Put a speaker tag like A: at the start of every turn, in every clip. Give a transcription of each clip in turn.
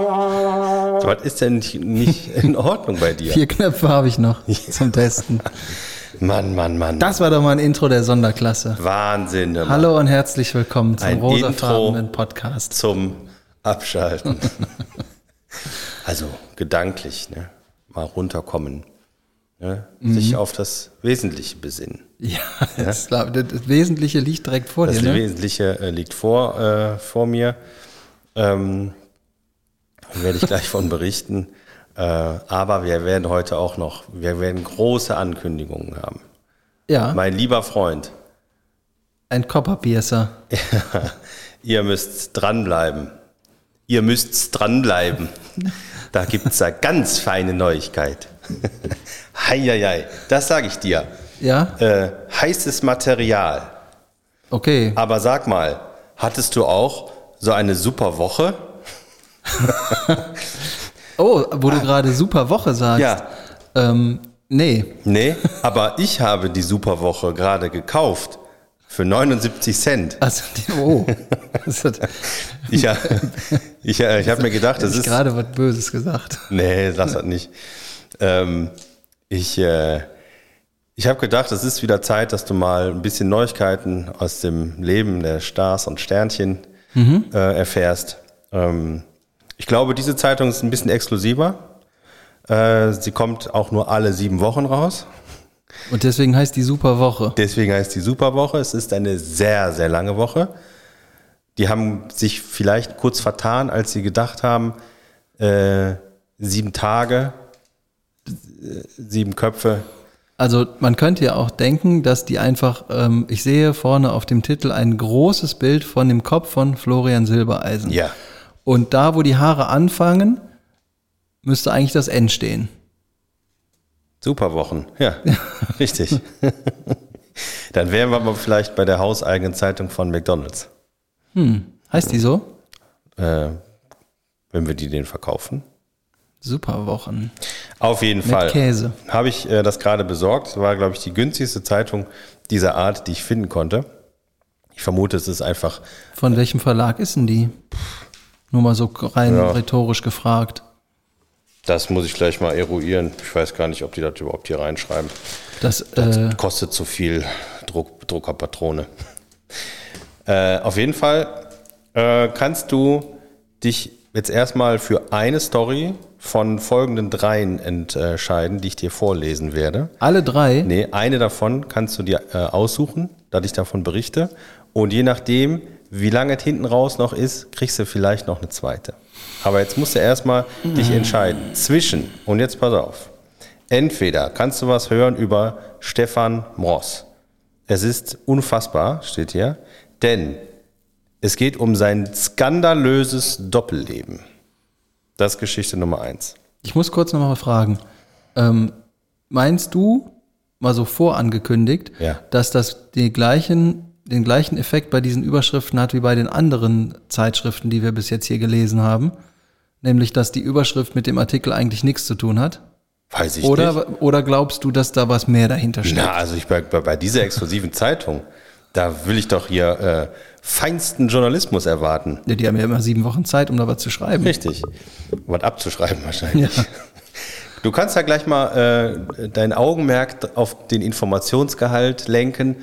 A: Was ist denn nicht, nicht in Ordnung bei dir?
B: Vier Knöpfe habe ich noch zum Testen.
A: Mann, Mann, Mann.
B: Das war doch mal ein Intro der Sonderklasse.
A: Wahnsinn. Mann.
B: Hallo und herzlich willkommen zum
A: Ein
B: rosafarbenen
A: Intro.
B: Podcast.
A: Zum Abschalten. also gedanklich, ne? Mal runterkommen. Ne?
B: Mhm.
A: Sich auf das Wesentliche besinnen.
B: Ja, das, glaub- das Wesentliche liegt direkt vor
A: Das
B: dir. Ne?
A: Wesentliche äh, liegt vor, äh, vor mir. Ähm, werde ich gleich von berichten. Äh, aber wir werden heute auch noch, wir werden große Ankündigungen haben.
B: Ja,
A: Mein lieber Freund,
B: ein Copperpiercer.
A: ihr müsst dranbleiben. Ihr müsst dranbleiben. Da gibt es eine ganz feine Neuigkeit. Heieiei, das sage ich dir.
B: Ja,
A: Äh, heißes Material.
B: okay.
A: Aber sag mal, hattest du auch so eine super Woche?
B: Oh, wo du gerade super Woche sagst.
A: Ja.
B: Ähm, nee,
A: Nee, aber ich habe die Superwoche gerade gekauft. Für 79 Cent.
B: also, oh. Das hat,
A: Ich, ha- ich, äh, ich habe mir gedacht, das
B: das ist
A: ist.
B: gerade was Böses gesagt.
A: Nee, sag das nicht. Ähm, ich äh, ich habe gedacht, es ist wieder Zeit, dass du mal ein bisschen Neuigkeiten aus dem Leben der Stars und Sternchen äh, erfährst. Ähm, ich glaube, diese Zeitung ist ein bisschen exklusiver. Äh, sie kommt auch nur alle sieben Wochen raus.
B: Und deswegen heißt die super Woche.
A: Deswegen heißt die Superwoche. Es ist eine sehr, sehr lange Woche. Die haben sich vielleicht kurz vertan, als sie gedacht haben, äh, sieben Tage, äh, sieben Köpfe.
B: Also man könnte ja auch denken, dass die einfach, ähm, ich sehe vorne auf dem Titel ein großes Bild von dem Kopf von Florian Silbereisen.
A: Ja.
B: Und da, wo die Haare anfangen, müsste eigentlich das N stehen.
A: Superwochen. Ja, richtig. Dann wären wir aber vielleicht bei der hauseigenen Zeitung von McDonalds,
B: Heißt die so?
A: äh, wenn wir die den verkaufen.
B: Super Wochen.
A: Auf jeden
B: Mit
A: Fall.
B: Käse.
A: Habe ich äh, das gerade besorgt. Das war, glaube ich, die günstigste Zeitung dieser Art, die ich finden konnte. Ich vermute, es ist einfach
B: Von welchem Verlag ist denn die? Nur mal so rein rhetorisch gefragt.
A: Das muss ich gleich mal eruieren. Ich weiß gar nicht, ob die das überhaupt hier reinschreiben.
B: Das, äh,
A: Kostet zu viel Druck, Druckerpatrone. Äh, auf jeden Fall äh, kannst du dich jetzt erstmal für eine Story von folgenden dreien entscheiden, die ich dir vorlesen werde.
B: alle drei.
A: Nee, eine davon kannst du dir äh, aussuchen, da ich davon berichte. Und je nachdem, wie lange es hinten raus noch ist, kriegst du vielleicht noch eine zweite. Aber jetzt musst du erstmal dich entscheiden. Zwischen, und jetzt pass auf, entweder kannst du was hören über Stefan Moss. Es ist unfassbar, steht hier, denn es geht um sein skandalöses Doppelleben. Das ist Geschichte Nummer eins.
B: Ich muss kurz nochmal fragen. Ähm, meinst du, mal so vorangekündigt,
A: Ja.
B: dass das die gleichen, den gleichen Effekt bei diesen Überschriften hat wie bei den anderen Zeitschriften, die wir bis jetzt hier gelesen haben? Nämlich, dass die Überschrift mit dem Artikel eigentlich nichts zu tun hat?
A: Weiß ich nicht.
B: Oder, oder glaubst du, dass da was mehr dahinter steckt?
A: Na, also ich bei, bei, bei dieser exklusiven Zeitung, da will ich doch hier äh, feinsten Journalismus erwarten.
B: Ja, die haben ja immer sieben Wochen Zeit, um da was zu schreiben.
A: Richtig. Was abzuschreiben wahrscheinlich. Du kannst ja gleich mal äh, dein Augenmerk auf den Informationsgehalt lenken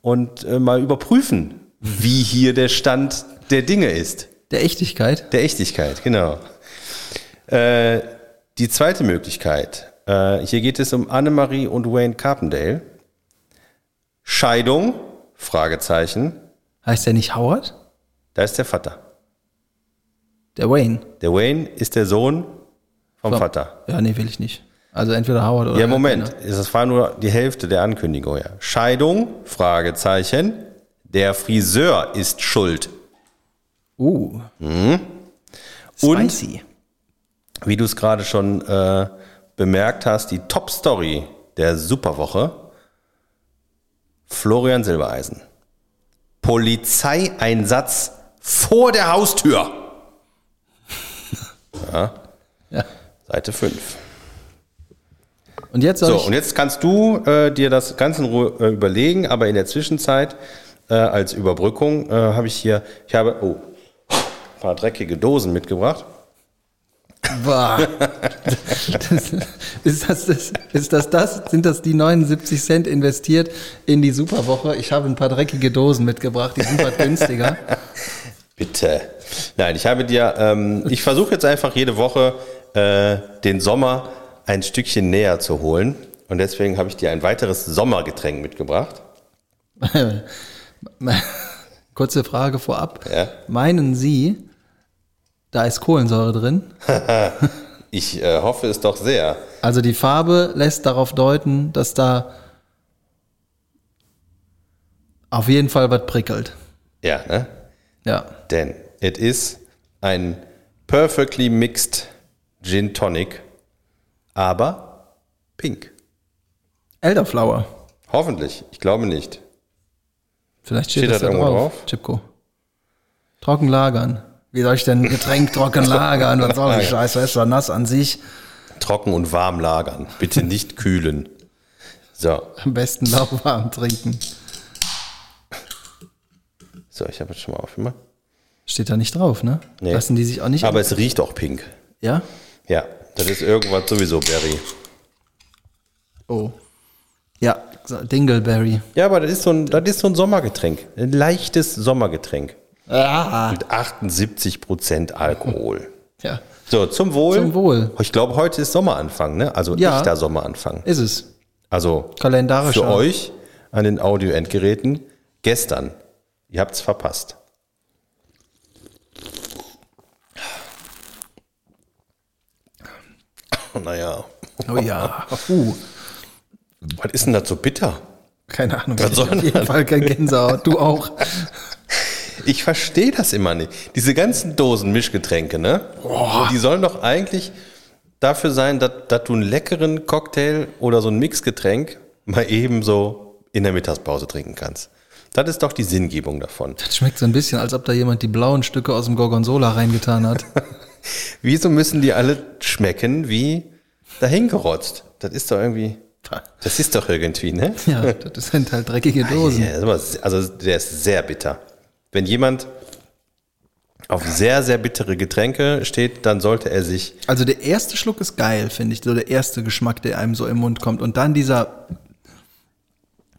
A: und äh, mal überprüfen, wie hier der Stand der Dinge ist.
B: Der Echtigkeit?
A: Der Echtigkeit, genau. Äh, die zweite Möglichkeit. Äh, hier geht es um Annemarie und Wayne Carpendale. Scheidung? Fragezeichen.
B: Heißt der nicht Howard?
A: Da ist der Vater.
B: Der Wayne?
A: Der Wayne ist der Sohn vom Vater. genau.
B: Ja, nee, will ich nicht. Also entweder Howard oder.
A: Ja, Moment. Das war nur die Hälfte der Ankündigung. Ja. Scheidung? Fragezeichen. Der Friseur ist schuld.
B: Uh.
A: Hm? Und-
B: Spicy.
A: Wie du es gerade schon äh, bemerkt hast, die Top-Story der Superwoche. Florian Silbereisen. Polizeieinsatz vor der Haustür.
B: Ja.
A: Seite 5.
B: Und jetzt soll
A: So,
B: ich
A: und jetzt kannst du äh, dir das ganz in Ruhe äh, überlegen, aber in der Zwischenzeit äh, als Überbrückung äh, habe ich hier, ich habe, oh, ein paar dreckige Dosen mitgebracht.
B: Bah. Das, ist, das, das, ist das das? Sind das die 79 Cent investiert in die Superwoche? Ich habe ein paar dreckige Dosen mitgebracht, die sind was günstiger.
A: Bitte. Nein, ich habe dir, ähm, ich versuche jetzt einfach jede Woche äh, den Sommer ein Stückchen näher zu holen. Und deswegen habe ich dir ein weiteres Sommergetränk mitgebracht.
B: Kurze Frage vorab.
A: Ja.
B: Meinen Sie, da ist Kohlensäure drin?
A: Ich äh, hoffe es doch sehr.
B: Also die Farbe lässt darauf deuten, dass da auf jeden Fall was prickelt.
A: Ja, ne?
B: Ja.
A: Denn it is ein perfectly mixed Gin Tonic, aber pink.
B: Elderflower.
A: Hoffentlich. Ich glaube nicht.
B: Vielleicht steht,
A: Steht
B: das
A: das
B: da
A: irgendwo
B: drauf.
A: drauf?
B: Chipko. Trocken lagern. Wie soll ich denn ein Getränk trocken lagern? Was soll ich? Scheiße, ist doch nass an sich.
A: Trocken und warm lagern. Bitte nicht kühlen. So,
B: Am besten lauwarm trinken.
A: so ich habe jetzt schon mal aufgemacht.
B: Steht da nicht drauf, ne?
A: Nee.
B: Lassen die sich auch nicht.
A: Aber es riecht auch pink.
B: ja?
A: Ja, das ist irgendwas sowieso Berry.
B: Oh. Ja, Dingleberry.
A: Ja, aber das ist so ein, das ist so ein Sommergetränk. Ein leichtes Sommergetränk.
B: Ah.
A: Mit 78% Alkohol.
B: Ja.
A: So, zum Wohl.
B: Zum Wohl.
A: Ich glaube, heute ist Sommeranfang, ne? Also
B: Ja.
A: echter Sommeranfang.
B: Ist es.
A: Also
B: Kalendarisch.
A: für euch an den Audio-Endgeräten gestern. Ihr habt's verpasst. Naja,
B: Oh ja. Uh.
A: was ist denn das so bitter?
B: Keine Ahnung.
A: Was
B: ich
A: soll
B: auf jeden
A: das?
B: Fall kein Gänsehaut. Du auch.
A: Ich verstehe das immer nicht. Diese ganzen Dosen Mischgetränke, ne? Die sollen doch eigentlich dafür sein, dass, dass du einen leckeren Cocktail oder so ein Mixgetränk mal eben so in der Mittagspause trinken kannst. Das ist doch die Sinngebung davon.
B: Das schmeckt so ein bisschen, als ob da jemand die blauen Stücke aus dem Gorgonzola reingetan hat.
A: Wieso müssen die alle schmecken wie dahingerotzt? Das ist doch irgendwie, das ist doch irgendwie, ne?
B: Ja, das sind halt dreckige Dosen.
A: Ja, das ist aber- also der ist sehr bitter. Wenn jemand auf sehr, sehr bittere Getränke steht, dann sollte er sich
B: Also der erste Schluck ist geil, finde ich. So der erste Geschmack, der einem so im Mund kommt. Und dann dieser,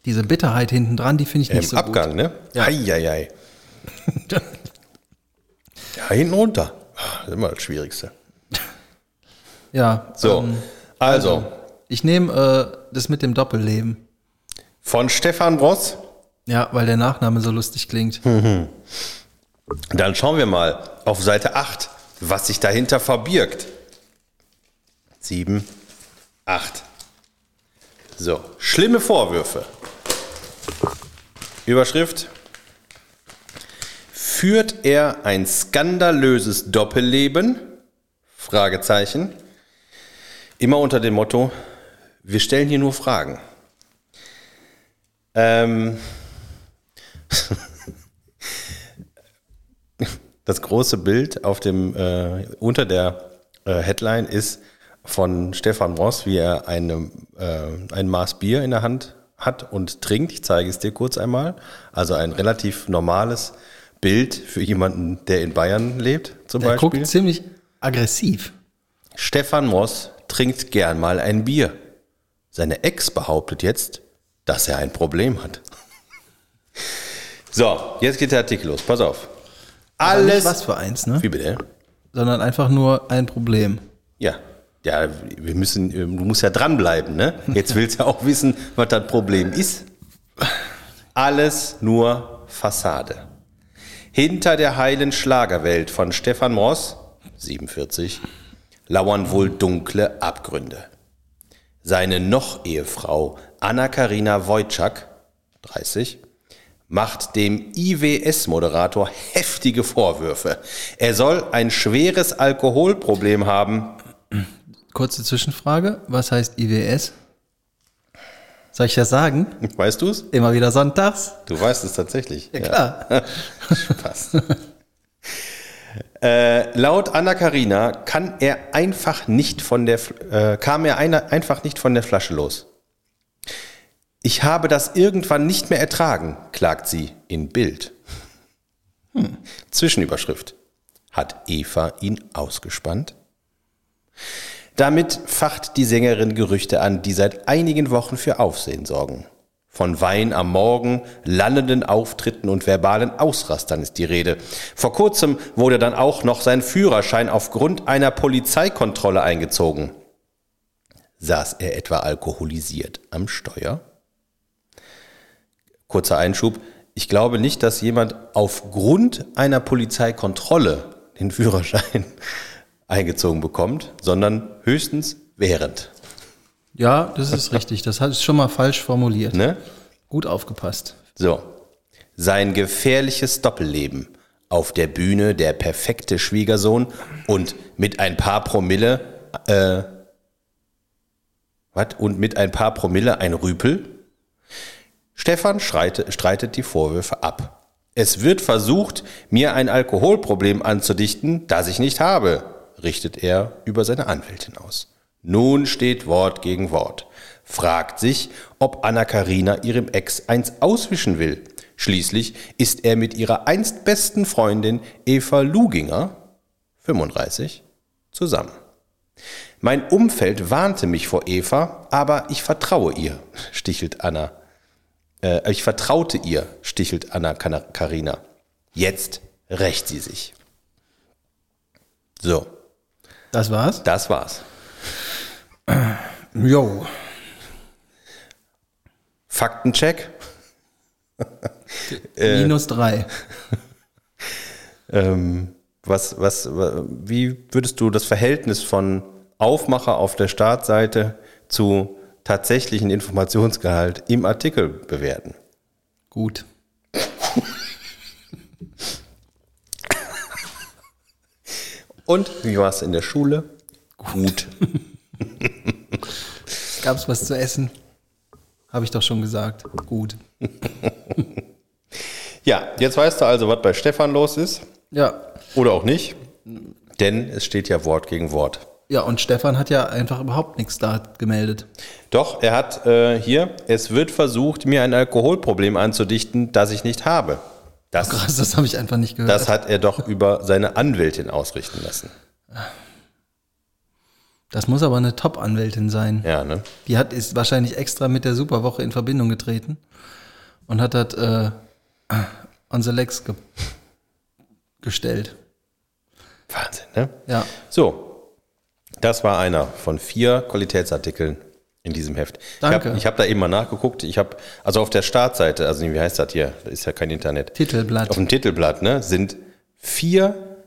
B: diese Bitterheit hinten dran, die finde ich
A: Im
B: nicht so
A: Abgang, ne?
B: Ja.
A: Eieiei. ja, hinten runter. Ah, Das ist immer das Schwierigste.
B: gut. Ja,
A: So,
B: ähm,
A: also,
B: ich nehme äh, das mit dem Doppelleben.
A: von Stefan Ross.
B: Ja, weil der Nachname so lustig klingt.
A: Hm. Dann schauen wir mal auf Seite 8, was sich dahinter verbirgt. 7, 8. So, schlimme Vorwürfe. Überschrift. Führt er ein skandalöses Doppelleben? Fragezeichen. Immer unter dem Motto, wir stellen hier nur Fragen. Ähm, das große Bild auf dem äh, unter der äh, Headline ist von Stefan Ross, wie er eine, äh, ein Maß Bier in der Hand hat und trinkt. Ich zeige es dir kurz einmal. Also ein relativ normales Bild für jemanden, der in Bayern lebt, zum
B: Der
A: Beispiel.
B: guckt ziemlich aggressiv.
A: Stefan Ross trinkt gern mal ein Bier. Seine Ex behauptet jetzt, dass er ein Problem hat. So, jetzt geht der Artikel los. Pass auf.
B: Aber Nicht
A: Alles.
B: was für eins, ne?
A: Wie bitte?
B: Sondern einfach nur ein Problem.
A: Ja. Ja, wir müssen, ähm, du musst ja dranbleiben, ne? Jetzt willst du auch wissen, was das Problem ist. Alles nur Fassade. Hinter der heilen Schlagerwelt von Stefan Ross, 47, lauern wohl dunkle Abgründe. Seine Noch-Ehefrau Anna-Karina Wojcik, 30, macht dem IWS-Moderator heftige Vorwürfe. Er soll ein schweres Alkoholproblem haben,
B: Kurze Zwischenfrage. Was heißt IWS? Soll ich das sagen?
A: Weißt du es?
B: Immer wieder sonntags?
A: Du weißt es tatsächlich. Ja,
B: Klar.
A: Spaß. äh, laut Anna Karina kann er einfach nicht von der Fl- äh, kam er einer, einfach nicht von der Flasche los. Ich habe das irgendwann nicht mehr ertragen, klagt sie in Bild. Zwischenüberschrift. hat Eva ihn ausgespannt? Damit facht die Sängerin Gerüchte an, die seit einigen Wochen für Aufsehen sorgen. Von Wein am Morgen, lallenden Auftritten und verbalen Ausrastern ist die Rede. Vor kurzem wurde dann auch noch sein Führerschein aufgrund einer Polizeikontrolle eingezogen. Saß er etwa alkoholisiert am Steuer? Kurzer Einschub. Ich glaube nicht, dass jemand aufgrund einer Polizeikontrolle den Führerschein eingezogen bekommt, sondern höchstens während.
B: Ja, das ist richtig. Das ist schon mal falsch formuliert.
A: Ne?
B: Gut aufgepasst.
A: So. Sein gefährliches Doppelleben. Auf der Bühne der perfekte Schwiegersohn und mit ein paar Promille, äh, was? Und mit ein paar Promille ein Rüpel? Stefan streite, streitet die Vorwürfe ab. Es wird versucht, mir ein Alkoholproblem anzudichten, das ich nicht habe, richtet er über seine Anwältin aus. Nun steht Wort gegen Wort. Fragt sich, ob Anna-Karina ihrem Ex eins auswischen will. Schließlich ist er mit ihrer einst besten Freundin Eva Luginger, 35, zusammen. Mein Umfeld warnte mich vor Eva, aber ich vertraue ihr, stichelt Anna. Äh, ich vertraute ihr, stichelt Anna Karina. Jetzt rächt sie sich. So,
B: Das war's?
A: das war's.
B: Jo.
A: Faktencheck. Äh.
B: Minus drei.
A: Ähm, was, was, wa- wie würdest du das Verhältnis von Aufmacher auf der Startseite zu tatsächlichen Informationsgehalt im Artikel bewerten?
B: Gut.
A: Und wie war es in der Schule? Gut.
B: Gab's was zu essen? Habe ich doch schon gesagt. Gut.
A: Ja, jetzt weißt du also, was bei Stefan los ist.
B: Ja.
A: Oder auch nicht. Denn es steht ja Wort gegen Wort.
B: Ja, und Stefan hat ja einfach überhaupt nichts da gemeldet.
A: Doch, er hat äh, hier, es wird versucht, mir ein Alkoholproblem anzudichten, das ich nicht habe. Das,
B: Krass, das habe ich einfach nicht gehört.
A: das hat er doch über seine Anwältin ausrichten lassen.
B: das muss aber eine Top-Anwältin sein.
A: Ja, ne?
B: Die hat ist wahrscheinlich extra mit der Superwoche in Verbindung getreten und hat das äh, on the legs ge gestellt.
A: Wahnsinn, ne?
B: Ja.
A: So, das war einer von vier Qualitätsartikeln in diesem Heft.
B: Danke.
A: Ich habe hab da eben mal nachgeguckt. Ich habe, also auf der Startseite, also wie heißt das hier? Da ist ja kein Internet. Auf
B: Titelblatt.
A: dem Titelblatt, ne, sind vier,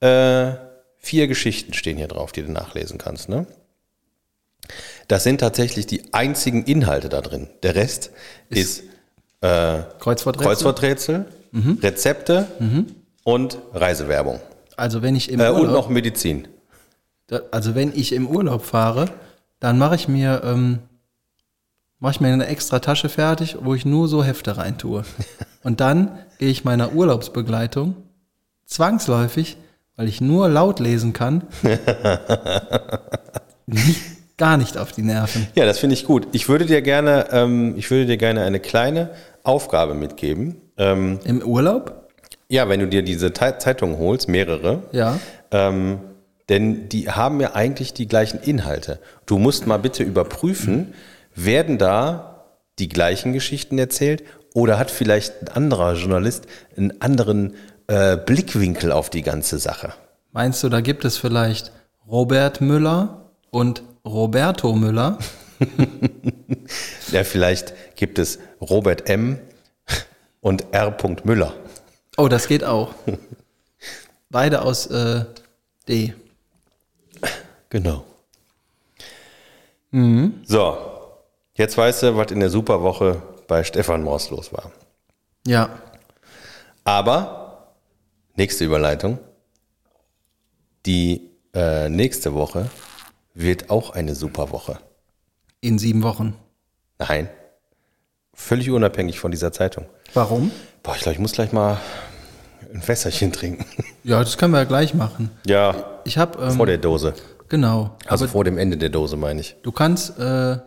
A: äh, vier Geschichten stehen hier drauf, die du nachlesen kannst, ne? Das sind tatsächlich die einzigen Inhalte da drin. Der Rest ist,
B: Kreuzworträtsel.
A: Kreuzworträtsel, Rezepte und Reisewerbung.
B: Also wenn ich im
A: Äh, und
B: Urlaub,
A: noch Medizin.
B: da- also wenn ich im Urlaub fahre, dann mache ich mir ähm, mache ich mir eine extra Tasche fertig, wo ich nur so Hefte reintue. Und dann gehe ich meiner Urlaubsbegleitung zwangsläufig, weil ich nur laut lesen kann, nicht- gar nicht auf die Nerven.
A: Ja, das finde ich gut. Ich würde dir gerne, ähm, ich würde dir gerne eine kleine Aufgabe mitgeben. Ähm,
B: Im Urlaub?
A: ja, wenn du dir diese Te- Zeitung holst, mehrere,
B: Ja.
A: ähm, denn die haben ja eigentlich die gleichen Inhalte. Du musst mal bitte überprüfen, werden da die gleichen Geschichten erzählt oder hat vielleicht ein anderer Journalist einen anderen äh, Blickwinkel auf die ganze Sache?
B: Meinst du, da gibt es vielleicht Robert Müller und Roberto Müller?
A: Ja, vielleicht gibt es Robert M. und R. Müller.
B: Oh, das geht auch. Beide aus äh, D.
A: Genau. So, jetzt weißt du, was in der Superwoche bei Stefan Morst los war.
B: Ja.
A: Aber, nächste Überleitung, die äh, nächste Woche wird auch eine Superwoche.
B: In sieben Wochen.
A: Nein, völlig unabhängig von dieser Zeitung.
B: Warum?
A: Boah, ich glaube, ich muss gleich mal ein Wässerchen trinken.
B: Ja, das können wir ja gleich machen.
A: Ja,
B: Ich habe ähm,
A: vor der Dose.
B: genau.
A: Also vor dem Ende der Dose, meine ich.
B: Du kannst. Äh,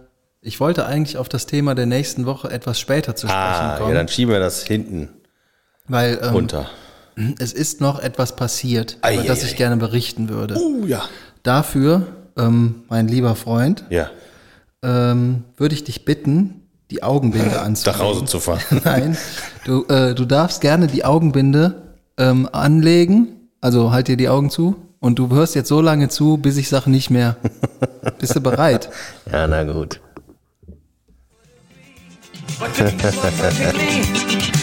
B: ich wollte eigentlich auf das Thema der nächsten Woche etwas später zu sprechen
A: Ah, ja,
B: kommen,
A: dann schieben wir das hinten
B: weil ähm,
A: runter.
B: Es ist noch etwas passiert,
A: Ei,
B: über
A: ei,
B: das
A: ei.
B: ich gerne berichten würde.
A: Oh ja.
B: Dafür, ähm, mein lieber Freund,
A: Ja,
B: ähm, würde ich dich bitten, die Augenbinde
A: nach
B: anzulegen.
A: Hause zu fahren.
B: Nein, du, äh, du darfst gerne die Augenbinde ähm, anlegen. Also halt dir die Augen zu. Und du hörst jetzt so lange zu, bis ich sage nicht mehr. Bist du bereit?
A: ja, na gut.
C: But you know perfectly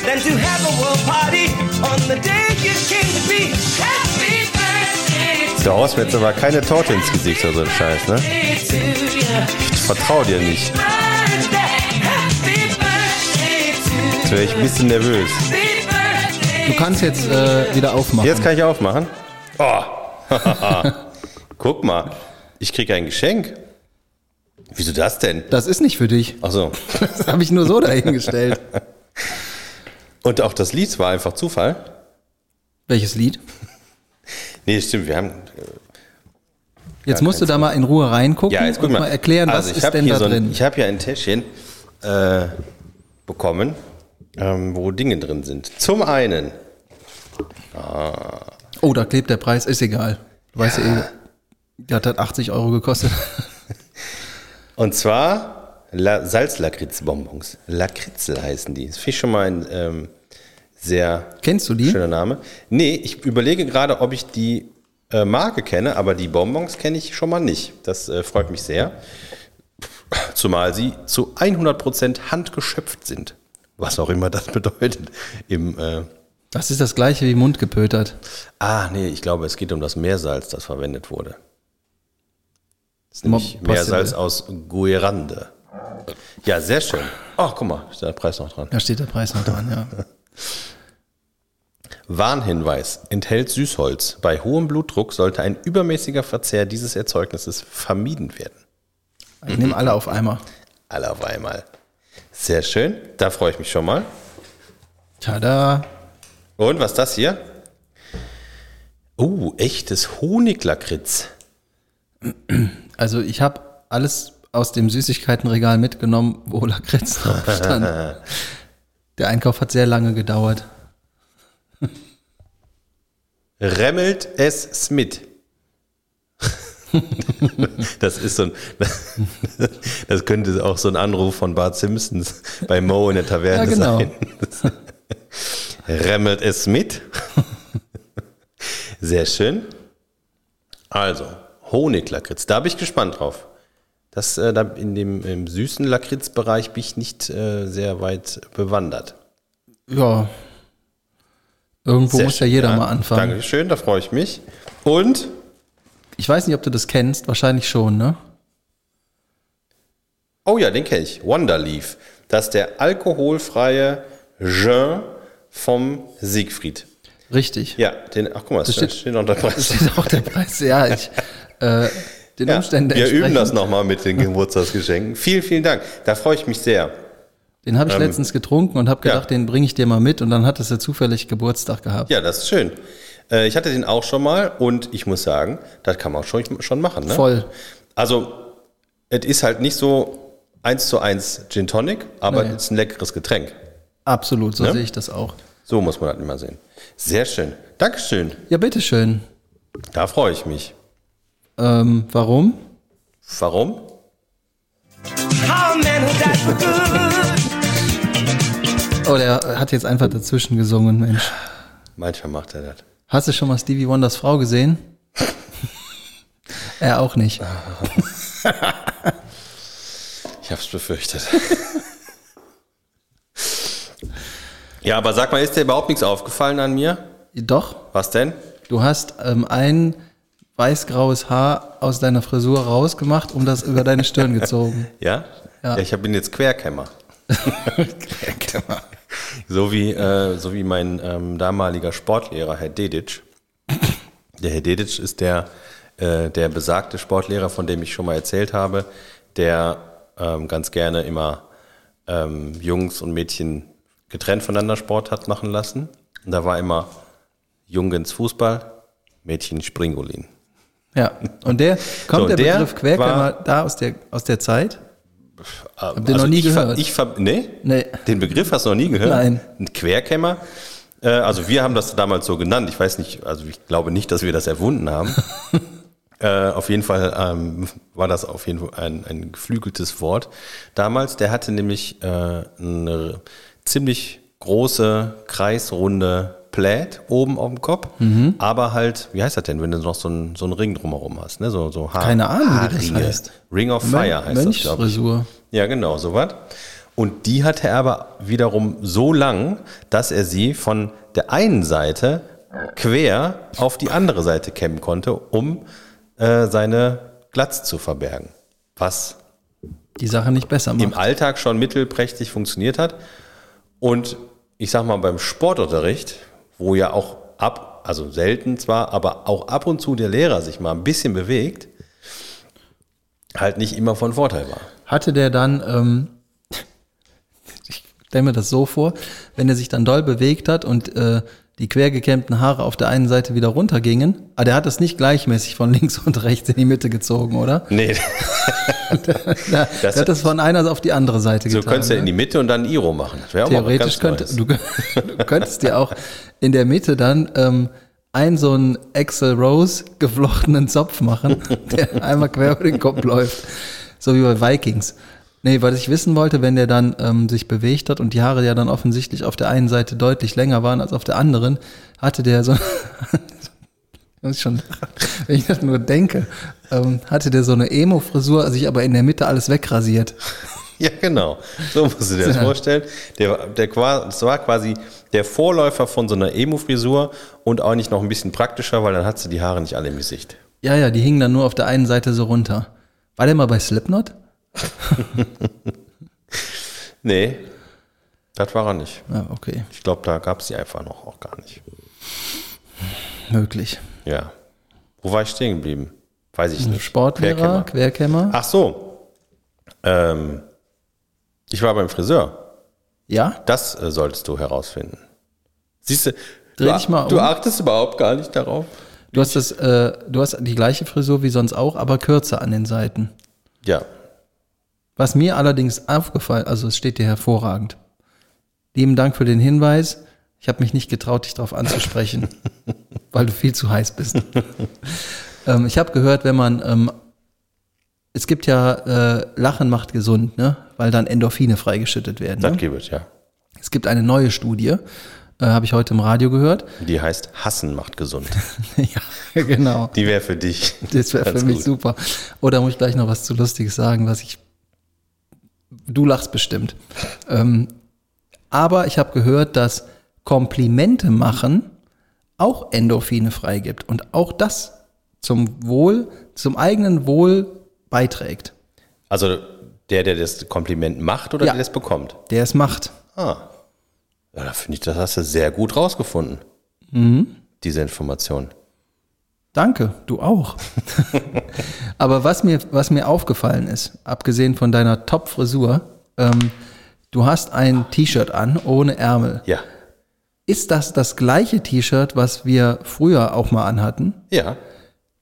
C: than to have a world party on the day you came to be. Happy birthday
A: Du haust mir jetzt aber keine Torte ins Gesicht oder so ein Scheiß, ne?
C: to you.
A: Ich vertraue dir nicht.
C: Birthday, happy birthday to
A: Jetzt wäre ich ein bisschen nervös.
C: happy birthday.
B: Du kannst jetzt äh, wieder aufmachen.
A: Jetzt kann ich aufmachen. Oh. Guck mal, ich krieg ein Geschenk. Wieso das denn?
B: Das ist nicht für dich.
A: Ach so.
B: Das habe ich nur so dahingestellt.
A: Und auch das Lied war einfach Zufall.
B: Welches Lied?
A: Nee, stimmt, wir haben.
B: Jetzt musst du da mal in Ruhe reingucken
A: Ja, jetzt guck
B: und
A: mal.
B: mal, erklären,
A: Also,
B: was
A: ich
B: ist
A: hab
B: denn
A: hier
B: da
A: so ein,
B: drin.
A: Ich habe hier ein Täschchen äh, bekommen, ähm, wo Dinge drin sind. Zum einen
B: oh, da klebt der Preis, ist egal. Du weißt ja eh, der hat halt 80 Euro gekostet.
A: Und zwar La Salzlakritzbonbons. Lakritzel heißen die. Das finde ich schon mal ein ähm, sehr
B: Kennst du die?
A: schöner Name. Nee, ich überlege gerade, ob ich die äh, Marke kenne, aber die Bonbons kenne ich schon mal nicht. Das äh, freut mich sehr. Zumal sie zu 100% handgeschöpft sind. Was auch immer das bedeutet. Im, äh,
B: Das ist das gleiche wie Mundgepötert.
A: ah, nee, ich glaube, es geht um das Meersalz, das verwendet wurde. Das ist
B: Mo-
A: nämlich Meersalz
B: possible.
A: aus Guerande. Ja, sehr schön. Ach, guck mal, ist der Preis noch dran.
B: Da steht der Preis noch dran, ja.
A: Warnhinweis. Enthält Süßholz. Bei hohem Blutdruck sollte ein übermäßiger Verzehr dieses Erzeugnisses vermieden werden.
B: Ich nehme alle auf einmal.
A: Alle auf einmal. Sehr schön. Da freue ich mich schon mal.
B: Tada.
A: Und was ist das hier? Oh, echtes Honiglakritz.
B: Also ich habe alles aus dem Süßigkeitenregal mitgenommen, wo Lakritz drauf stand. Der Einkauf hat sehr lange gedauert.
A: Remmelt S. Smith. Das ist so ein, das könnte auch so ein Anruf von Bart Simpsons bei Mo in der Taverne
B: Ja, genau.
A: sein. Remmelt S. Smith. Sehr schön. Also, Honiglakritz, da bin ich gespannt drauf. Das, äh, da in dem im süßen Lakritzbereich bin ich nicht äh, sehr weit bewandert.
B: Ja. Irgendwo
A: Sehr
B: muss ja
A: schön,
B: jeder mal anfangen.
A: Dankeschön, da freue ich mich. Und
B: Ich weiß nicht, ob du das kennst. Wahrscheinlich schon, ne?
A: Oh ja, den kenne ich. Wonderleaf. Das ist der alkoholfreie Jean vom Siegfried.
B: Richtig.
A: Ja, den, ach guck mal, das steht,
B: steht-
A: steht noch der Preis.
B: Steht auch der Preis. Ja, ich. Äh, den
A: Ja,
B: Umständen
A: wir üben
B: entsprechend.
A: das nochmal mit den Geburtstagsgeschenken. vielen, vielen Dank. Da freue ich mich sehr.
B: Den
A: Ähm,
B: habe ich letztens getrunken und habe gedacht, den bringe ich dir mal mit. Und dann hattest du zufällig Geburtstag gehabt.
A: Ja, das ist schön. Äh, Ich hatte den auch schon mal und ich muss sagen, das kann man auch schon, schon machen. Ne?
B: Voll.
A: Also, es ist halt nicht so eins zu eins Gin Tonic, aber es
B: Nee.
A: ist ein leckeres Getränk.
B: Absolut, so
A: Ne?
B: sehe ich das auch.
A: So muss man das immer sehen. Sehr schön. Dankeschön.
B: Ja, bitteschön.
A: Da freue ich mich.
B: Ähm, warum?
A: Warum?
C: How a man who died for good.
B: Oh, der hat jetzt einfach dazwischen gesungen, Mensch.
A: Manchmal macht er das.
B: Hast du schon mal Stevie Wonders Frau gesehen? er auch nicht.
A: Ich hab's befürchtet. ja, aber sag mal, ist dir überhaupt nichts aufgefallen an mir?
B: Doch,
A: Was denn?
B: du hast ähm, ein weißgraues Haar aus deiner Frisur rausgemacht und das über deine Stirn gezogen.
A: Ja?
B: Ja.
A: ich hab- bin jetzt Querkämmer. So wie, äh, so wie mein ähm, damaliger Sportlehrer, Herr Dedic. Der Herr Dedic ist der, äh, der besagte Sportlehrer, von dem ich schon mal erzählt habe, der ähm, ganz gerne immer ähm, Jungs und Mädchen getrennt voneinander Sport hat machen lassen. Und da war immer Jungens Fußball, Mädchen Springolin.
B: Ja, und der kommt
A: So,
B: der,
A: der
B: Begriff Querkämmer
A: war-
B: da aus der, aus der Zeit?
A: Habt
B: ihr noch
A: Also
B: nie
A: ich ver-
B: gehört?
A: Ich ver nee?
B: Nee.
A: Den Begriff hast du noch nie gehört?
B: Nein.
A: Ein Querkämmer? Äh, also wir haben das damals so genannt. Ich weiß nicht, also ich glaube nicht, dass wir das erfunden haben. äh, auf jeden Fall ähm, war das auf jeden Fall ein, ein geflügeltes Wort damals. Der hatte nämlich äh, eine ziemlich große kreisrunde Plaid oben auf dem Kopf,
B: Mhm.
A: aber halt, wie heißt das denn, wenn du noch so einen so einen Ring drumherum hast, ne? So, so Haar,
B: Keine Ahnung, wie das
A: Haarringe.
B: heißt.
A: Ring of Fire heißt das, glaube ich.
B: Mönchsfrisur.
A: Ja, genau, sowas. Und die hatte er aber wiederum so lang, dass er sie von der einen Seite quer auf die andere Seite kämmen konnte, um äh, seine Glatz zu verbergen. Was
B: Die Sache nicht besser
A: im
B: macht.
A: Alltag schon mittelprächtig funktioniert hat. Und ich sag mal, beim Sportunterricht, wo ja auch ab, also selten zwar, aber auch ab und zu der Lehrer sich mal ein bisschen bewegt, halt nicht immer von Vorteil war.
B: Hatte der dann, ähm, ich stelle mir das so vor, wenn er sich dann doll bewegt hat und äh, die quergekämmten Haare auf der einen Seite wieder runtergingen, aber der hat das nicht gleichmäßig von links und rechts in die Mitte gezogen, oder?
A: Nee.
B: Ja,
A: Das-
B: der hat das von einer auf die andere Seite
A: Du
B: getan.
A: könntest ja
B: ne?
A: in die Mitte und dann Iro machen. Das wäre auch mal was
B: Theoretisch
A: ganz
B: könntest
A: Neues.
B: du, du könntest dir auch in der Mitte dann ähm, einen so einen Axel Rose geflochtenen Zopf machen, der einmal quer über den Kopf läuft. So wie bei Vikings. Nee, was ich wissen wollte, wenn der dann ähm, sich bewegt hat und die Haare ja dann offensichtlich auf der einen Seite deutlich länger waren als auf der anderen, hatte der so, muss ich schon lachen, wenn ich das nur denke, ähm, hatte der so eine Emo-Frisur, sich aber in der Mitte alles wegrasiert.
A: Ja, genau. So musst du dir das vorstellen. Der, war- der, qua- das war quasi der Vorläufer von so einer Emo-Frisur und auch nicht noch ein bisschen praktischer, weil dann hast du die Haare nicht alle im Gesicht.
B: Ja, ja, die hingen dann nur auf der einen Seite so runter. War der mal bei Slipknot?
A: Nee, das war er nicht.
B: Ah, okay,
A: Ich glaube, da gab es die einfach noch auch gar nicht.
B: möglich.
A: Ja. Wo war ich stehen geblieben? Weiß ich nicht. Querkämmer.
B: Sportlehrer, Querkämmer.
A: Ach so. Ähm, ich war beim Friseur.
B: Ja,
A: Das äh, solltest du herausfinden. Siehst du,
B: Dreh
A: du,
B: dich mal
A: du
B: um.
A: achtest überhaupt gar nicht darauf.
B: du hast, das, äh, du hast die gleiche Frisur wie sonst auch, aber kürzer an den Seiten.
A: Ja,
B: Was mir allerdings aufgefallen, also es steht dir hervorragend. Lieben Dank für den Hinweis. Ich habe mich nicht getraut, dich darauf anzusprechen, weil du viel zu heiß bist. ähm, ich habe gehört, wenn man, ähm, es gibt ja, äh, Lachen macht gesund, ne? weil dann Endorphine freigeschüttet werden.
A: das
B: Ne?
A: gibt es, ja.
B: Es gibt eine neue Studie, äh, habe ich heute im Radio gehört.
A: Die heißt Hassen macht gesund.
B: ja, genau.
A: Die wäre für dich.
B: Das wäre
A: ganz
B: für mich
A: gut.
B: super. Oder muss ich gleich noch was zu Lustiges sagen, was ich. Du lachst bestimmt. ähm, aber ich habe gehört, dass Komplimente machen auch Endorphine freigibt und auch das zum Wohl, zum eigenen Wohl beiträgt.
A: Also der, der das Kompliment macht oder
B: Ja.
A: der das bekommt.
B: Der es macht.
A: Ah. Ja, da finde ich, das hast du sehr gut rausgefunden.
B: Mhm.
A: Diese Information.
B: Danke, du auch. Aber was mir, was mir aufgefallen ist, abgesehen von deiner Top-Frisur, ähm, du hast ein T-Shirt an ohne Ärmel.
A: Ja.
B: Ist das das gleiche T-Shirt, was wir früher auch mal anhatten?
A: Ja.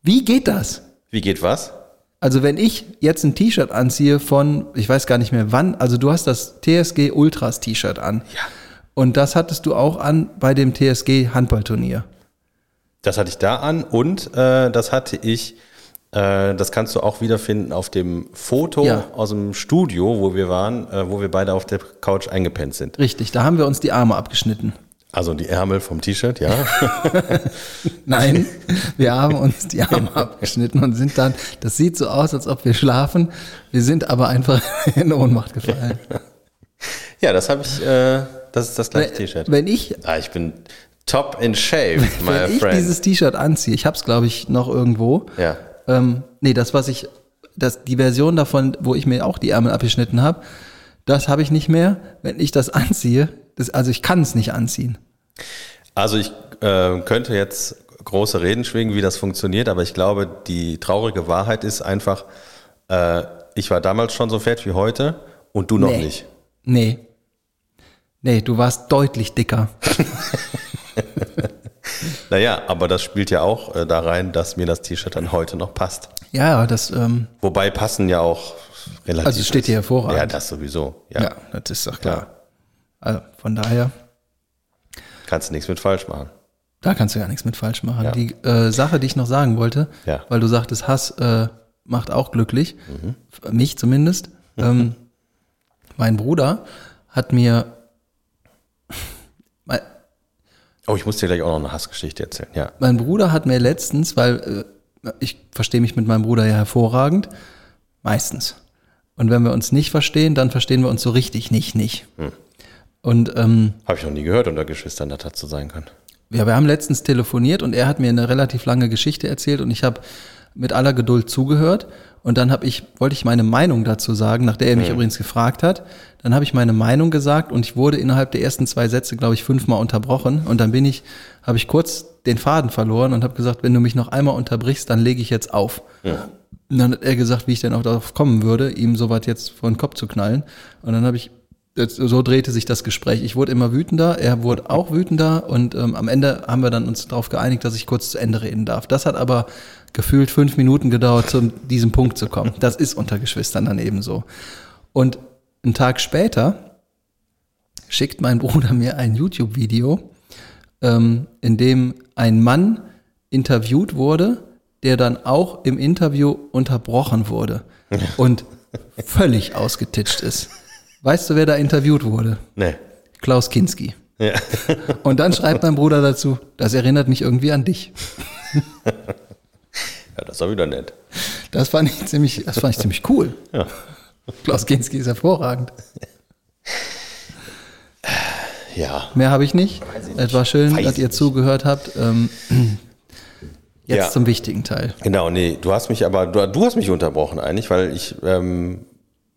B: Wie geht das?
A: Wie geht was?
B: Also wenn ich jetzt ein T-Shirt anziehe von, ich weiß gar nicht mehr wann, also du hast das TSG Ultras T-Shirt an.
A: Ja.
B: Und das hattest du auch an bei dem TSG Handballturnier.
A: Das hatte ich da an und äh, das hatte ich, äh, das kannst du auch wiederfinden auf dem Foto
B: Ja.
A: aus dem Studio, wo wir waren, äh, wo wir beide auf der Couch eingepennt sind.
B: Richtig, da haben wir uns die Arme abgeschnitten.
A: Also die Ärmel vom T-Shirt, ja.
B: Nein, wir haben uns die
A: Genau.
B: Arme abgeschnitten und sind dann, das sieht so aus, als ob wir schlafen, wir sind aber einfach in Ohnmacht gefallen.
A: ja, das habe ich, äh, das ist das gleiche T-Shirt.
B: Wenn ich,
A: Ah, ich bin top in shape, my
B: wenn ich
A: friend.
B: dieses T-Shirt anziehe, ich habe es glaube ich noch irgendwo.
A: ja.
B: Ähm, nee, das was ich, das, die Version davon, wo ich mir auch die Ärmel abgeschnitten habe, das habe ich nicht mehr. Wenn ich das anziehe, das, also ich kann es nicht anziehen.
A: Also ich äh, könnte jetzt große Reden schwingen, wie das funktioniert, aber ich glaube, die traurige Wahrheit ist einfach, äh, ich war damals schon so fett wie heute und du noch
B: Nee.
A: nicht.
B: Nee. Nee, du warst deutlich dicker.
A: Naja, aber das spielt ja auch äh, da rein, dass mir das T-Shirt dann heute noch passt.
B: Ja, das, ähm,
A: Wobei passen ja auch relativ.
B: Also es steht hier hervorragend.
A: Ja, das sowieso. Ja,
B: ja, das ist doch klar. Also von daher.
A: Kannst du nichts mit falsch machen.
B: Da kannst du gar nichts mit falsch machen.
A: Ja.
B: Die äh, Sache, die ich noch sagen wollte,
A: Ja. Mhm.
B: weil du sagtest, Hass äh, macht auch glücklich, F- äh, mich zumindest. Ähm, mein Bruder hat mir, mein,
A: Oh, ich muss dir gleich auch noch eine Hassgeschichte erzählen. Ja.
B: mein Bruder hat mir letztens, weil äh, ich verstehe mich mit meinem Bruder ja hervorragend, meistens. Und wenn wir uns nicht verstehen, dann verstehen wir uns so richtig nicht, nicht.
A: Hm.
B: Und ähm,
A: Habe ich noch nie gehört unter Geschwistern, dass das so sein kann.
B: Ja, wir haben letztens telefoniert und er hat mir eine relativ lange Geschichte erzählt und ich habe mit aller Geduld zugehört und dann habe ich wollte ich meine Meinung dazu sagen, nach der er mich übrigens gefragt hat, dann habe ich meine Meinung gesagt und ich wurde innerhalb der ersten zwei Sätze glaube ich fünfmal unterbrochen und dann bin ich habe ich kurz den Faden verloren und habe gesagt, wenn du mich noch einmal unterbrichst, dann lege ich jetzt auf. Und dann hat er gesagt, wie ich denn auch darauf kommen würde, ihm so weit jetzt vor den Kopf zu knallen. Und dann habe ich, jetzt- so drehte sich das Gespräch. Ich wurde immer wütender, er wurde auch wütender und ähm, am Ende haben wir dann uns darauf geeinigt, dass ich kurz zu Ende reden darf. Das hat aber gefühlt fünf Minuten gedauert, zu diesem Punkt zu kommen. Das ist unter Geschwistern dann eben so. Und einen Tag später schickt mein Bruder mir ein YouTube-Video, ähm, in dem ein Mann interviewt wurde, der dann auch im Interview unterbrochen wurde und völlig ausgetitscht ist. Weißt du, wer da interviewt wurde?
A: Nee.
B: Klaus Kinski.
A: Ja.
B: Und dann schreibt mein Bruder dazu, das erinnert mich irgendwie an dich.
A: ja, das war wieder nett.
B: Das fand ich ziemlich, das fand ich ziemlich cool.
A: Ja.
B: Klaus Kinski ist hervorragend.
A: Ja.
B: Mehr habe ich nicht. Es war schön,
A: Weiß
B: dass ihr
A: ich
B: zugehört habt. Ähm, jetzt
A: Ja.
B: zum wichtigen Teil.
A: Genau, nee, du hast mich aber, du, du hast mich unterbrochen eigentlich, weil ich ähm,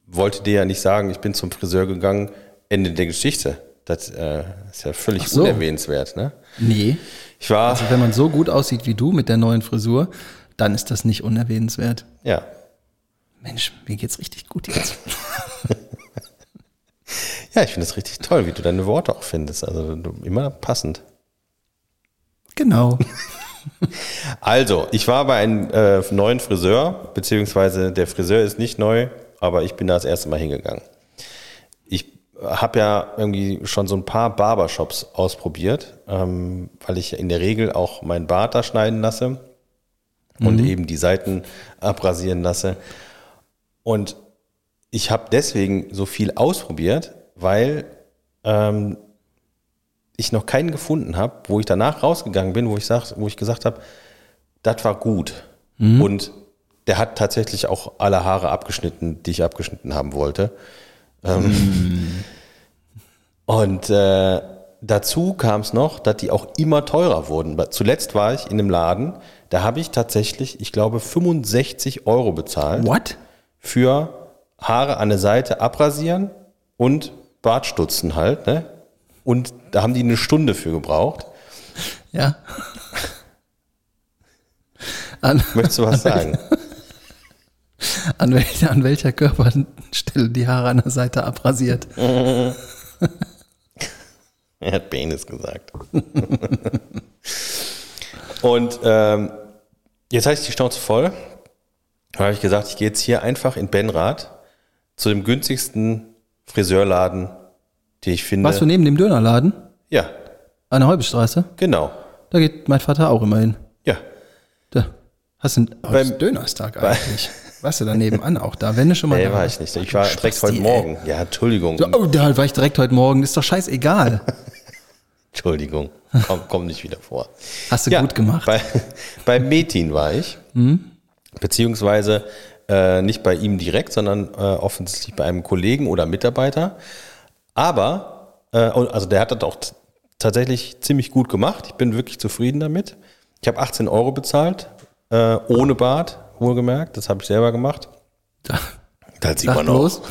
A: wollte dir ja nicht sagen, ich bin zum Friseur gegangen, Ende der Geschichte. Das äh, ist ja völlig
B: Ach so. Also
A: unerwähnenswert, ne?
B: Nee.
A: Ich war,
B: Wenn man so gut aussieht wie du mit der neuen Frisur, dann ist das nicht unerwähnenswert.
A: ja.
B: Mensch, mir geht's richtig gut jetzt.
A: Ja, ich finde es richtig toll, wie du deine Worte auch findest. Also du, immer passend.
B: Genau.
A: Also, ich war bei einem äh, neuen Friseur, beziehungsweise der Friseur ist nicht neu, aber ich bin da das erste Mal hingegangen. Ich habe ja irgendwie schon so ein paar Barbershops ausprobiert, ähm, weil ich in der Regel auch meinen Bart da schneiden lasse und eben die Seiten abrasieren lasse. Und ich habe deswegen so viel ausprobiert, weil ähm, ich noch keinen gefunden habe, wo ich danach rausgegangen bin, wo ich, sag, wo ich gesagt habe, das war gut. Und der hat tatsächlich auch alle Haare abgeschnitten, die ich abgeschnitten haben wollte. Ähm, Und äh, dazu kam es noch, dass die auch immer teurer wurden. Weil Zuletzt war ich in einem Laden, da habe ich tatsächlich, ich glaube, 65 Euro bezahlt
B: What?
A: für Haare an der Seite abrasieren und Bartstutzen halt, ne? Und da haben die eine Stunde für gebraucht.
B: Ja. An,
A: Möchtest du was sagen?
B: an, welcher, an welcher Körperstelle die Haare an der Seite abrasiert?
A: Er hat Penis gesagt. und ähm, jetzt hatte ich die Schnauze voll. Da habe ich gesagt, ich gehe jetzt hier einfach in Benrath zu dem günstigsten Friseurladen, den ich finde.
B: Warst du neben dem Dönerladen?
A: Ja,
B: An der Heubestraße?
A: genau.
B: Da geht mein Vater auch immer hin.
A: Ja.
B: Da. Hast du einen
A: Beim-
B: Dönerstag eigentlich? Warst du da nebenan auch da? Wenn du schon mal
A: Nee,
B: da
A: war
B: warst.
A: ich nicht.
B: Ach,
A: Ich
B: du
A: war direkt heute
B: Spasti, ey.
A: Morgen. Ja, Entschuldigung.
B: So, oh, da war ich direkt heute Morgen. Ist doch scheißegal.
A: Entschuldigung, komm, komm nicht wieder vor.
B: Hast du gut gemacht. Mhm.
A: Bei, bei Metin war ich, beziehungsweise äh, nicht bei ihm direkt, sondern äh, offensichtlich bei einem Kollegen oder Mitarbeiter. Aber, äh, und- also der hat das auch t- tatsächlich ziemlich gut gemacht. Ich bin wirklich zufrieden damit. Ich habe 18 Euro bezahlt, äh, ohne Bart, wohlgemerkt. Das habe ich selber gemacht.
B: Da,
A: Das sieht
B: sag
A: man auch.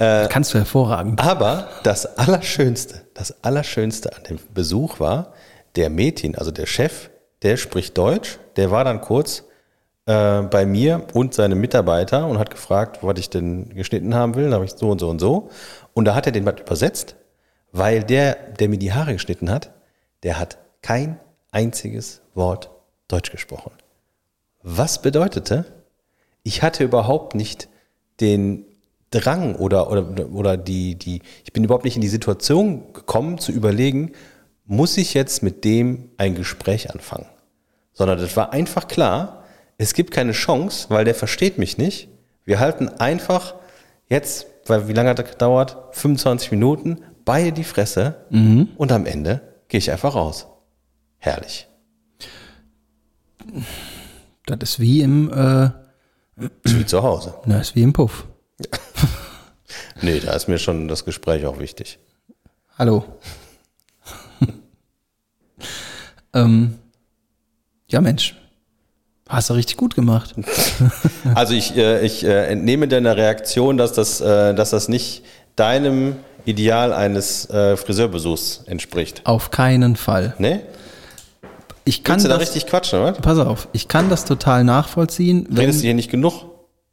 A: Äh,
B: bloß. Kannst du hervorragend.
A: Aber das Allerschönste, das Allerschönste an dem Besuch war, der Metin, also der Chef, der spricht Deutsch, der war dann kurz äh, bei mir und seinem Mitarbeiter und hat gefragt, was ich denn geschnitten haben will. Da habe ich so und so und so. Und da hat er den was übersetzt, weil der, der mir die Haare geschnitten hat, der hat kein einziges Wort Deutsch gesprochen. Was bedeutete, ich hatte überhaupt nicht den Drang oder, oder, oder die, die, ich bin überhaupt nicht in die Situation gekommen zu überlegen, muss ich jetzt mit dem ein Gespräch anfangen? Sondern das war einfach klar, es gibt keine Chance, weil der versteht mich nicht. Wir halten einfach jetzt, weil wie lange hat das gedauert? 25 Minuten, beide die Fresse und am Ende gehe ich einfach raus. Herrlich.
B: Das ist wie im, äh,
A: Wie zu Hause.
B: na, ist wie im Puff.
A: Nee, da ist mir schon das Gespräch auch wichtig.
B: Hallo. ähm, ja, Mensch. Hast du richtig gut gemacht.
A: Also ich, äh, ich äh, entnehme deiner Reaktion, dass das, äh, dass das nicht deinem Ideal eines äh, Friseurbesuchs entspricht.
B: Auf keinen Fall.
A: Ne?
B: Ich kann
A: Kannst du da
B: das,
A: richtig quatschen, oder?
B: pass auf, ich kann das total nachvollziehen,
A: Redest du
B: wenn,
A: hier nicht genug?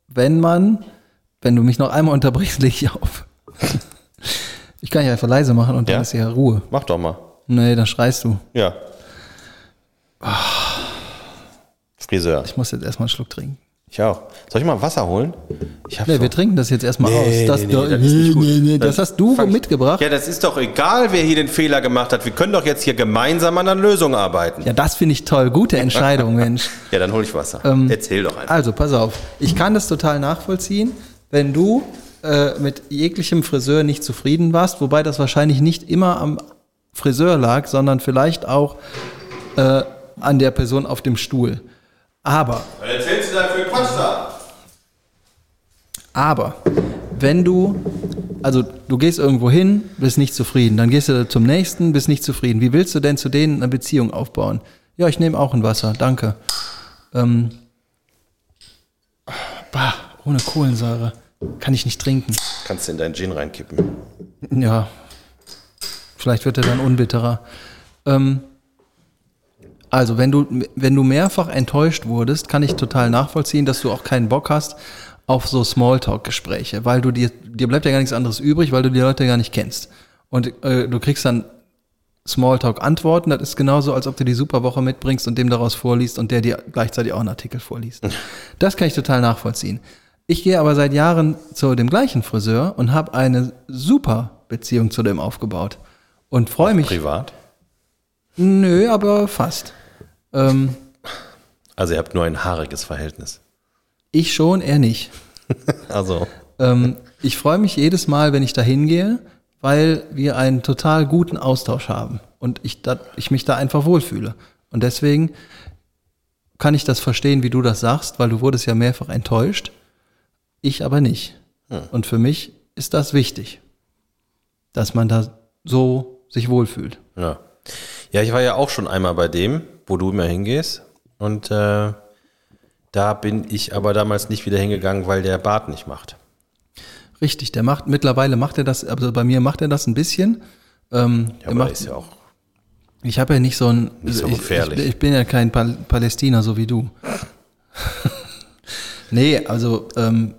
B: wenn man, wenn du mich noch einmal unterbrichst, lege ich auf. ich kann ja einfach leise machen und dann
A: Ja.
B: ist ja Ruhe.
A: Mach doch mal.
B: Nee, dann schreist du.
A: Ja. Friseur.
B: Ich muss jetzt erstmal einen Schluck trinken.
A: Ich auch. Soll ich mal Wasser holen? Ich hab
B: Nee,
A: so-
B: wir trinken das jetzt erstmal
A: Nee,
B: aus. Das,
A: nee, nee,
B: da-
A: das ist nicht gut.
B: nee, nee, das
A: Dann
B: hast du
A: fang ich-
B: mitgebracht.
A: Ja, das ist doch egal, wer hier den Fehler gemacht hat. Wir können doch jetzt hier gemeinsam an einer Lösung arbeiten.
B: Ja, das finde ich toll. Gute Entscheidung, Mensch.
A: Ja, dann hol ich Wasser.
B: Ähm,
A: Erzähl doch einfach.
B: Also, pass auf. Ich kann das total nachvollziehen, wenn du äh, mit jeglichem Friseur nicht zufrieden warst, wobei das wahrscheinlich nicht immer am Friseur lag, sondern vielleicht auch äh, an der Person auf dem Stuhl. Aber
A: Was erzählst du da für Quatsch da?
B: Aber wenn du, also du gehst irgendwo hin, bist nicht zufrieden, dann gehst du zum nächsten, bist nicht zufrieden. Wie willst du denn zu denen eine Beziehung aufbauen? Ja, ich nehme auch ein Wasser, danke. Ähm, bah, ohne Kohlensäure kann ich nicht trinken.
A: Kannst du in deinen Gin reinkippen.
B: Ja, vielleicht wird er dann unbitterer. Ähm, also, wenn du, wenn du mehrfach enttäuscht wurdest, kann ich total nachvollziehen, dass du auch keinen Bock hast auf so Smalltalk-Gespräche, weil du dir, dir bleibt ja gar nichts anderes übrig, weil du die Leute gar nicht kennst. Und äh, du kriegst dann Smalltalk-Antworten, das ist genauso, als ob du die Superwoche mitbringst und dem daraus vorliest und der dir gleichzeitig auch einen Artikel vorliest. Das kann ich total nachvollziehen. Ich gehe aber seit Jahren zu dem gleichen Friseur und habe eine super Beziehung zu dem aufgebaut und freue mich.
A: Privat?
B: Nö, aber fast. Ähm,
A: Also ihr habt nur ein haariges Verhältnis.
B: ich schon, er nicht.
A: Also,
B: Ähm, ich freue mich jedes Mal, wenn ich da hingehe, weil wir einen total guten Austausch haben und ich, da, ich mich da einfach wohlfühle. Und deswegen kann ich das verstehen, wie du das sagst, weil du wurdest ja mehrfach enttäuscht, ich aber nicht.
A: Hm.
B: Und für mich ist das wichtig, dass man da so sich wohlfühlt.
A: ja. Ja, ich war ja auch schon einmal bei dem, wo du immer hingehst. Und äh, da bin ich aber damals nicht wieder hingegangen, weil der Bart nicht macht.
B: Richtig, der macht, mittlerweile macht er das, also bei mir macht er das ein bisschen. Ähm,
A: Ja,
B: er
A: aber
B: macht,
A: ist ja auch.
B: Ich habe ja nicht so ein.
A: Nicht so
B: ich-
A: gefährlich.
B: Ich, ich bin ja kein Pal Palästiner, so wie du. nee, also ähm,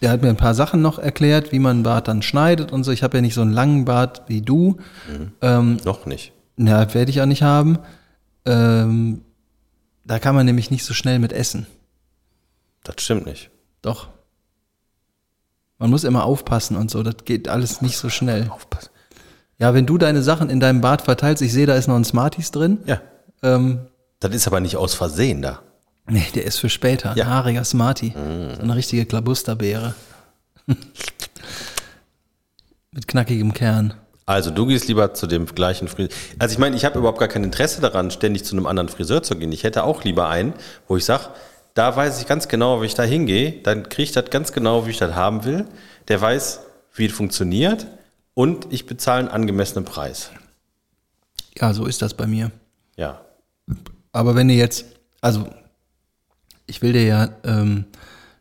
B: er hat mir ein paar Sachen noch erklärt, wie man einen Bart dann schneidet und so. Ich habe ja nicht so einen langen Bart wie du.
A: Noch nicht.
B: Na, werde ich auch nicht haben. Ähm, da kann man nämlich nicht so schnell mit essen.
A: Das stimmt nicht.
B: Doch. Man muss immer aufpassen und so. Das geht alles nicht so schnell.
A: Aufpassen.
B: Ja, wenn du deine Sachen in deinem Bart verteilst, ich sehe, da ist noch ein Smarties drin.
A: Ja.
B: Ähm,
A: Das ist aber nicht aus Versehen da.
B: Nee, der ist für später. Ein
A: Ja.
B: haariger Smarty. So eine richtige Klabusterbeere. Mit knackigem Kern.
A: Also du gehst lieber zu dem gleichen Friseur. Also ich meine, ich habe überhaupt gar kein Interesse daran, ständig zu einem anderen Friseur zu gehen. Ich hätte auch lieber einen, wo ich sage, da weiß ich ganz genau, wie ich da hingehe. Dann kriege ich das ganz genau, wie ich das haben will. Der weiß, wie es funktioniert. Und ich bezahle einen angemessenen Preis.
B: Ja, so ist das bei mir.
A: Ja.
B: Aber wenn ihr jetzt, also ich will dir ja ähm,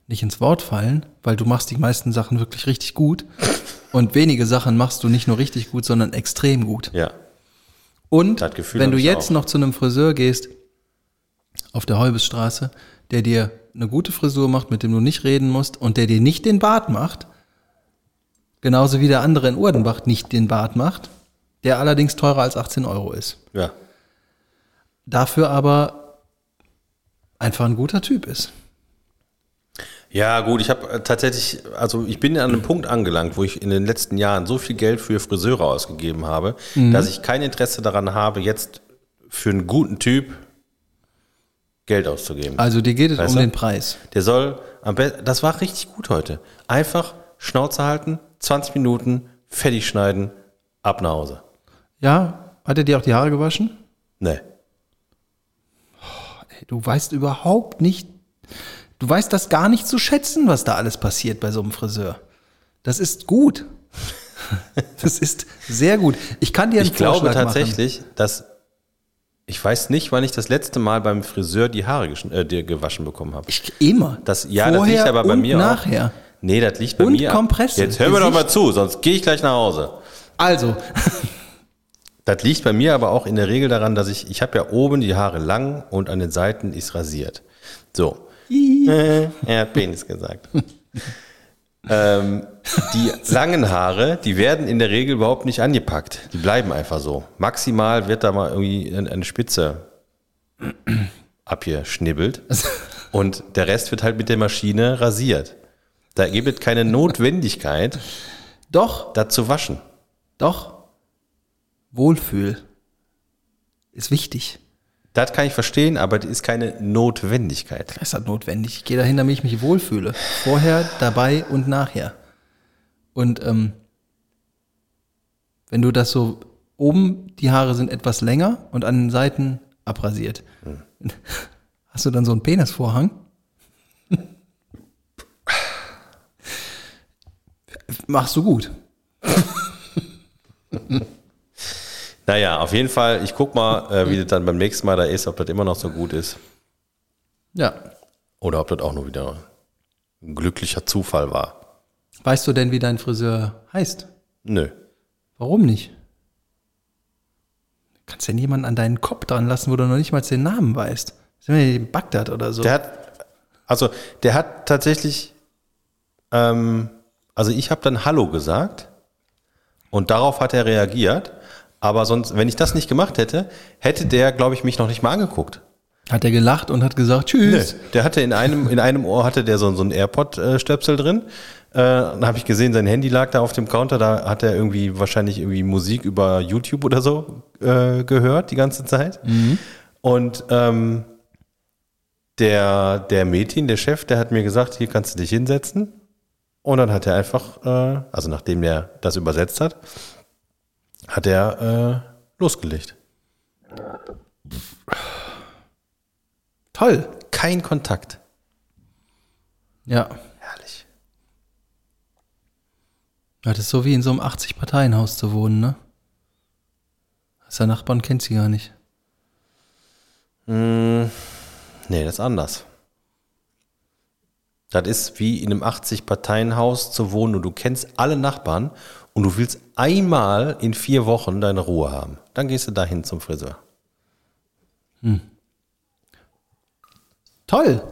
B: nicht ins Wort fallen, weil du machst die meisten Sachen wirklich richtig gut. Und wenige Sachen machst du nicht nur richtig gut, sondern extrem gut.
A: Ja.
B: Und
A: Das Gefühl
B: wenn
A: hab
B: du
A: ich
B: jetzt
A: auch.
B: noch zu einem Friseur gehst, auf der Heubesstraße, der dir eine gute Frisur macht, mit dem du nicht reden musst und der dir nicht den Bart macht, genauso wie der andere in Urdenbach nicht den Bart macht, der allerdings teurer als 18 Euro ist,
A: Ja.
B: dafür aber einfach ein guter Typ ist.
A: Ja, gut, ich habe tatsächlich, also ich bin an einem Punkt angelangt, wo ich in den letzten Jahren so viel Geld für Friseure ausgegeben habe, dass ich kein Interesse daran habe, jetzt für einen guten Typ Geld auszugeben.
B: Also dir geht es
A: Weißt
B: um
A: du?
B: den Preis.
A: Der soll am besten, das war richtig gut heute. Einfach Schnauze halten, 20 Minuten, fertig schneiden, ab nach Hause.
B: Ja? Hat er dir auch die Haare gewaschen?
A: Nee.
B: Ey, Du weißt überhaupt nicht, du weißt das gar nicht zu schätzen, was da alles passiert bei so einem Friseur. Das ist gut. Das ist sehr gut. Ich kann dir einen
A: Ich glaube
B: Vorschlag
A: tatsächlich, dass ich weiß nicht, wann ich das letzte Mal beim Friseur die Haare geschn- äh, dir gewaschen bekommen habe.
B: machen. Ich, immer.
A: Das, ja, das
B: Vorher
A: liegt aber bei
B: und
A: mir
B: nachher.
A: auch. Nee, das liegt bei
B: Und
A: mir.
B: Kompresse,
A: Jetzt hör mir doch mal
B: Gesicht.
A: zu, sonst gehe ich gleich nach Hause.
B: Also,
A: Das liegt bei mir aber auch in der Regel daran, dass ich, ich habe ja oben die Haare lang und an den Seiten ist rasiert. So. Äh, er hat Penis gesagt. ähm, die langen Haare, die werden in der Regel überhaupt nicht angepackt. Die bleiben einfach so. Maximal wird da mal irgendwie ein- eine Spitze abgeschnibbelt. Und der Rest wird halt mit der Maschine rasiert. Da gibt es keine Notwendigkeit,
B: doch,
A: da zu waschen.
B: doch, Wohlfühl ist wichtig.
A: Das kann ich verstehen, aber das ist keine Notwendigkeit.
B: Das ist halt notwendig. Ich gehe dahin, damit ich mich wohlfühle. Vorher, dabei und nachher. Und ähm, wenn du das so oben, die Haare sind etwas länger und an den Seiten abrasiert. Hast du dann so einen Penisvorhang? Machst du gut.
A: Naja, auf jeden Fall, ich guck mal, äh, wie das dann beim nächsten Mal da ist, ob das immer noch so gut ist
B: Ja.
A: oder ob das auch nur wieder ein glücklicher Zufall war.
B: Weißt du denn, wie dein Friseur heißt?
A: Nö.
B: Warum nicht? Kannst denn jemanden an deinen Kopf dran lassen, wo du noch nicht mal den Namen weißt? Sind wir in Bagdad oder so?
A: Der hat, also der hat tatsächlich, ähm, also ich habe dann Hallo gesagt und darauf hat er reagiert, aber sonst, wenn ich das nicht gemacht hätte, hätte der, glaube ich, mich noch nicht mal angeguckt.
B: Hat er gelacht und hat gesagt,
A: Nö,
B: tschüss.
A: der hatte in einem, in einem Ohr hatte der so, so einen AirPod-Stöpsel drin. Äh, dann habe ich gesehen, sein Handy lag da auf dem Counter, da hat er irgendwie wahrscheinlich irgendwie Musik über YouTube oder so äh, gehört die ganze Zeit. Und ähm, der, der Metin, der Chef, der hat mir gesagt, hier kannst du dich hinsetzen. Und dann hat er einfach, äh, also nachdem der das übersetzt hat, hat er äh, losgelegt.
B: Toll.
A: Kein Kontakt.
B: Ja.
A: Herrlich.
B: Ja, Das ist so wie in so einem 80-Parteien-Haus zu wohnen, ne? Hast ja Nachbarn, kennt sie gar nicht.
A: Nee, das ist anders. Das ist wie in einem 80-Parteien-Haus zu wohnen und du kennst alle Nachbarn und du willst einmal in vier Wochen deine Ruhe haben. Dann gehst du dahin zum Friseur.
B: Toll.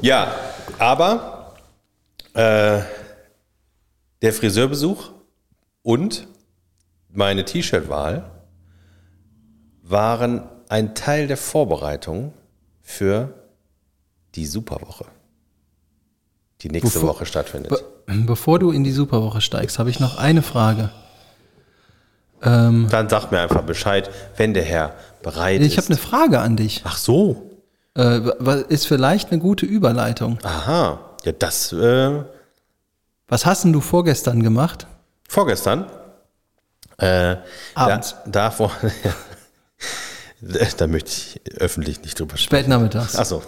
A: Ja, aber äh, der Friseurbesuch und meine T-Shirt-Wahl waren ein Teil der Vorbereitung für die Superwoche, die nächste
B: Bevor-
A: Woche stattfindet.
B: Be bevor du in die Superwoche steigst, habe ich noch eine Frage. Ähm,
A: Dann sag mir einfach Bescheid, wenn der Herr bereit
B: ich ne habe
A: ist.
B: eine Frage an dich.
A: Ach so.
B: Äh, wa- ist vielleicht eine gute Überleitung.
A: Aha. Ja, das äh,
B: Was hast denn du vorgestern gemacht?
A: vorgestern. Äh,
B: Abends.
A: Da, da, vor, da möchte ich öffentlich nicht drüber sprechen.
B: Spätnachmittags.
A: Ach so.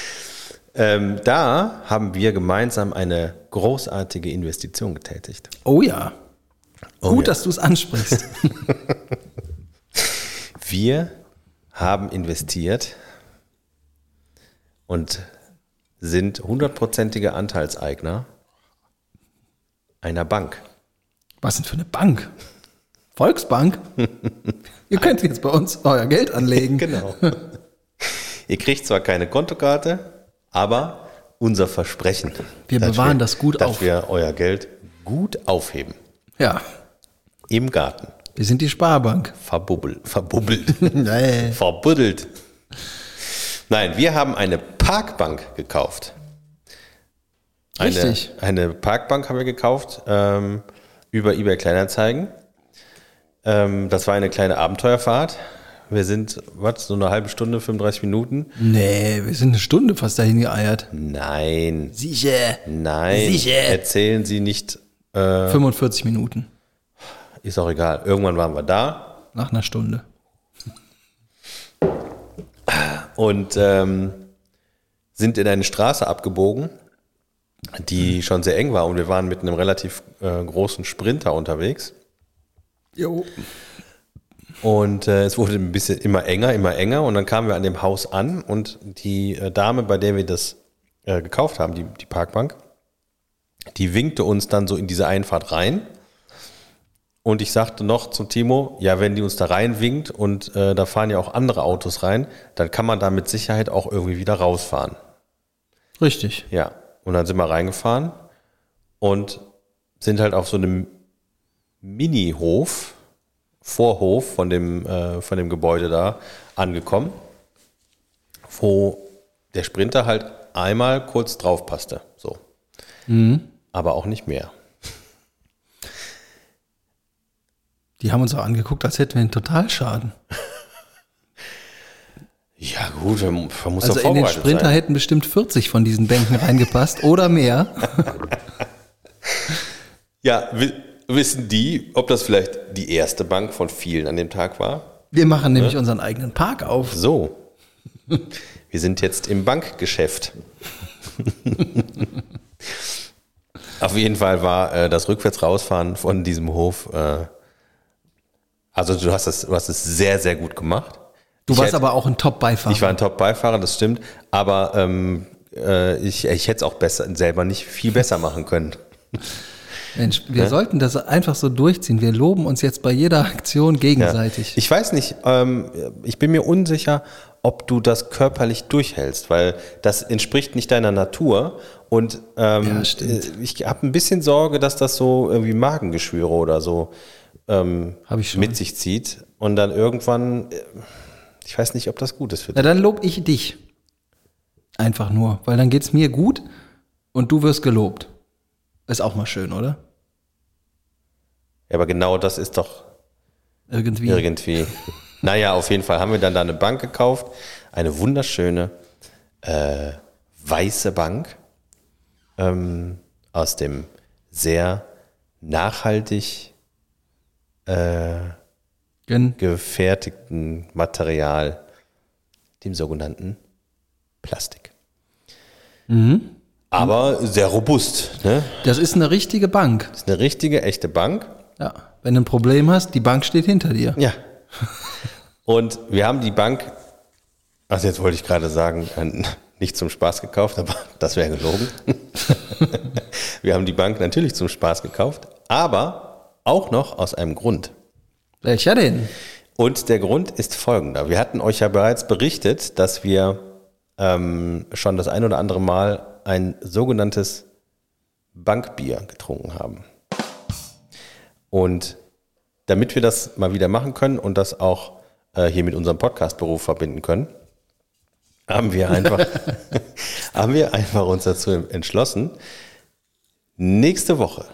A: ähm, da haben wir gemeinsam eine großartige Investition getätigt.
B: Oh ja.
A: Oh
B: Gut,
A: ja.
B: dass du es ansprichst.
A: Wir haben investiert und sind hundertprozentige Anteilseigner einer Bank.
B: Was denn für eine Bank? Volksbank? Ihr könnt jetzt bei uns euer Geld anlegen.
A: Genau. Ihr kriegt zwar keine Kontokarte, aber unser Versprechen.
B: Wir
A: dass
B: bewahren das gut
A: dass
B: auf.
A: wir euer Geld gut aufheben.
B: Ja,
A: Im Garten.
B: wir sind die Sparbank.
A: Verbubbel, verbubbelt.
B: Nee.
A: Verbuddelt. Nein, wir haben eine Parkbank gekauft. Eine,
B: Richtig.
A: Eine Parkbank haben wir gekauft ähm, über eBay Kleinanzeigen. Ähm, das war eine kleine Abenteuerfahrt. Wir sind, was, so eine halbe Stunde, 35 Minuten?
B: Nee, wir sind eine Stunde fast dahin geeiert.
A: Nein,
B: Sicher.
A: nein.
B: Sicher.
A: Erzählen Sie nicht, äh,
B: 45 Minuten
A: ist auch egal. Irgendwann waren wir da.
B: nach einer Stunde.
A: und ähm, sind in eine Straße abgebogen, die schon sehr eng war und wir waren mit einem relativ äh, großen Sprinter unterwegs
B: Jo.
A: und äh, es wurde ein bisschen immer enger, immer enger und dann kamen wir an dem Haus an und die äh, Dame, bei der wir das äh, gekauft haben, die, die Parkbank, die winkte uns dann so in diese Einfahrt rein. Und ich sagte noch zu Timo, ja, wenn die uns da reinwinkt und äh, da fahren ja auch andere Autos rein, dann kann man da mit Sicherheit auch irgendwie wieder rausfahren.
B: Richtig.
A: Ja, und dann sind wir reingefahren und sind halt auf so einem Mini-Hof, Vorhof von dem, äh, von dem Gebäude da angekommen, wo der Sprinter halt einmal kurz drauf passte. So.
B: Mhm.
A: Aber auch nicht mehr.
B: Die haben uns auch angeguckt, als hätten wir einen Totalschaden.
A: Ja, gut, man man muss
B: Also
A: doch
B: in den
A: vorbereitet
B: Sprinter
A: sein.
B: hätten bestimmt 40 von diesen Bänken reingepasst oder mehr.
A: Ja, wi- wissen die, ob das vielleicht die erste Bank von vielen an dem Tag war?
B: Wir machen nämlich unseren eigenen Park auf.
A: So. Wir sind jetzt im Bankgeschäft. Auf jeden Fall war äh, das rückwärts rausfahren von diesem Hof. Äh, also du hast es, du hast es sehr, sehr gut gemacht.
B: Du
A: Ich
B: warst
A: hätte-
B: aber auch ein Top-Beifahrer.
A: Ich war ein Top-Beifahrer, das stimmt. Aber ähm, äh, ich, ich hätte es auch besser, selber nicht viel besser machen können.
B: Mensch, wir sollten das einfach so durchziehen. Wir loben uns jetzt bei jeder Aktion gegenseitig.
A: Ich weiß nicht, ähm, ich bin mir unsicher, ob du das körperlich durchhältst, weil das entspricht nicht deiner Natur. Und ähm,
B: Ja, stimmt.
A: äh, ich habe ein bisschen Sorge, dass das so irgendwie Magengeschwüre oder so
B: Habe ich schon.
A: mit sich zieht. Und dann irgendwann, äh, ich weiß nicht, ob das gut ist für
B: Na,
A: dich.
B: dann lob ich dich. Einfach nur, weil dann geht's mir gut und du wirst gelobt. Ist auch mal schön, oder?
A: Ja, aber genau das ist doch
B: Irgendwie.
A: irgendwie. naja, auf jeden Fall haben wir dann da eine Bank gekauft. Eine wunderschöne äh, weiße Bank ähm, aus dem sehr nachhaltig
B: Gen-
A: gefertigten Material, dem sogenannten Plastik. Aber sehr robust. Ne?
B: Das ist eine richtige Bank.
A: Das ist eine richtige, echte Bank.
B: Ja. Wenn du ein Problem hast, die Bank steht hinter dir.
A: Ja. Und wir haben die Bank, also jetzt wollte ich gerade sagen, äh, nicht zum Spaß gekauft, aber das wäre gelogen. wir haben die Bank natürlich zum Spaß gekauft, aber auch noch aus einem Grund.
B: Welcher denn?
A: Und der Grund ist folgender. Wir hatten euch ja bereits berichtet, dass wir ähm, schon das ein oder andere Mal ein sogenanntes Bankbier getrunken haben. Und damit wir das mal wieder machen können und das auch äh, hier mit unserem Podcastberuf verbinden können, haben wir einfach, haben wir einfach uns dazu entschlossen, nächste Woche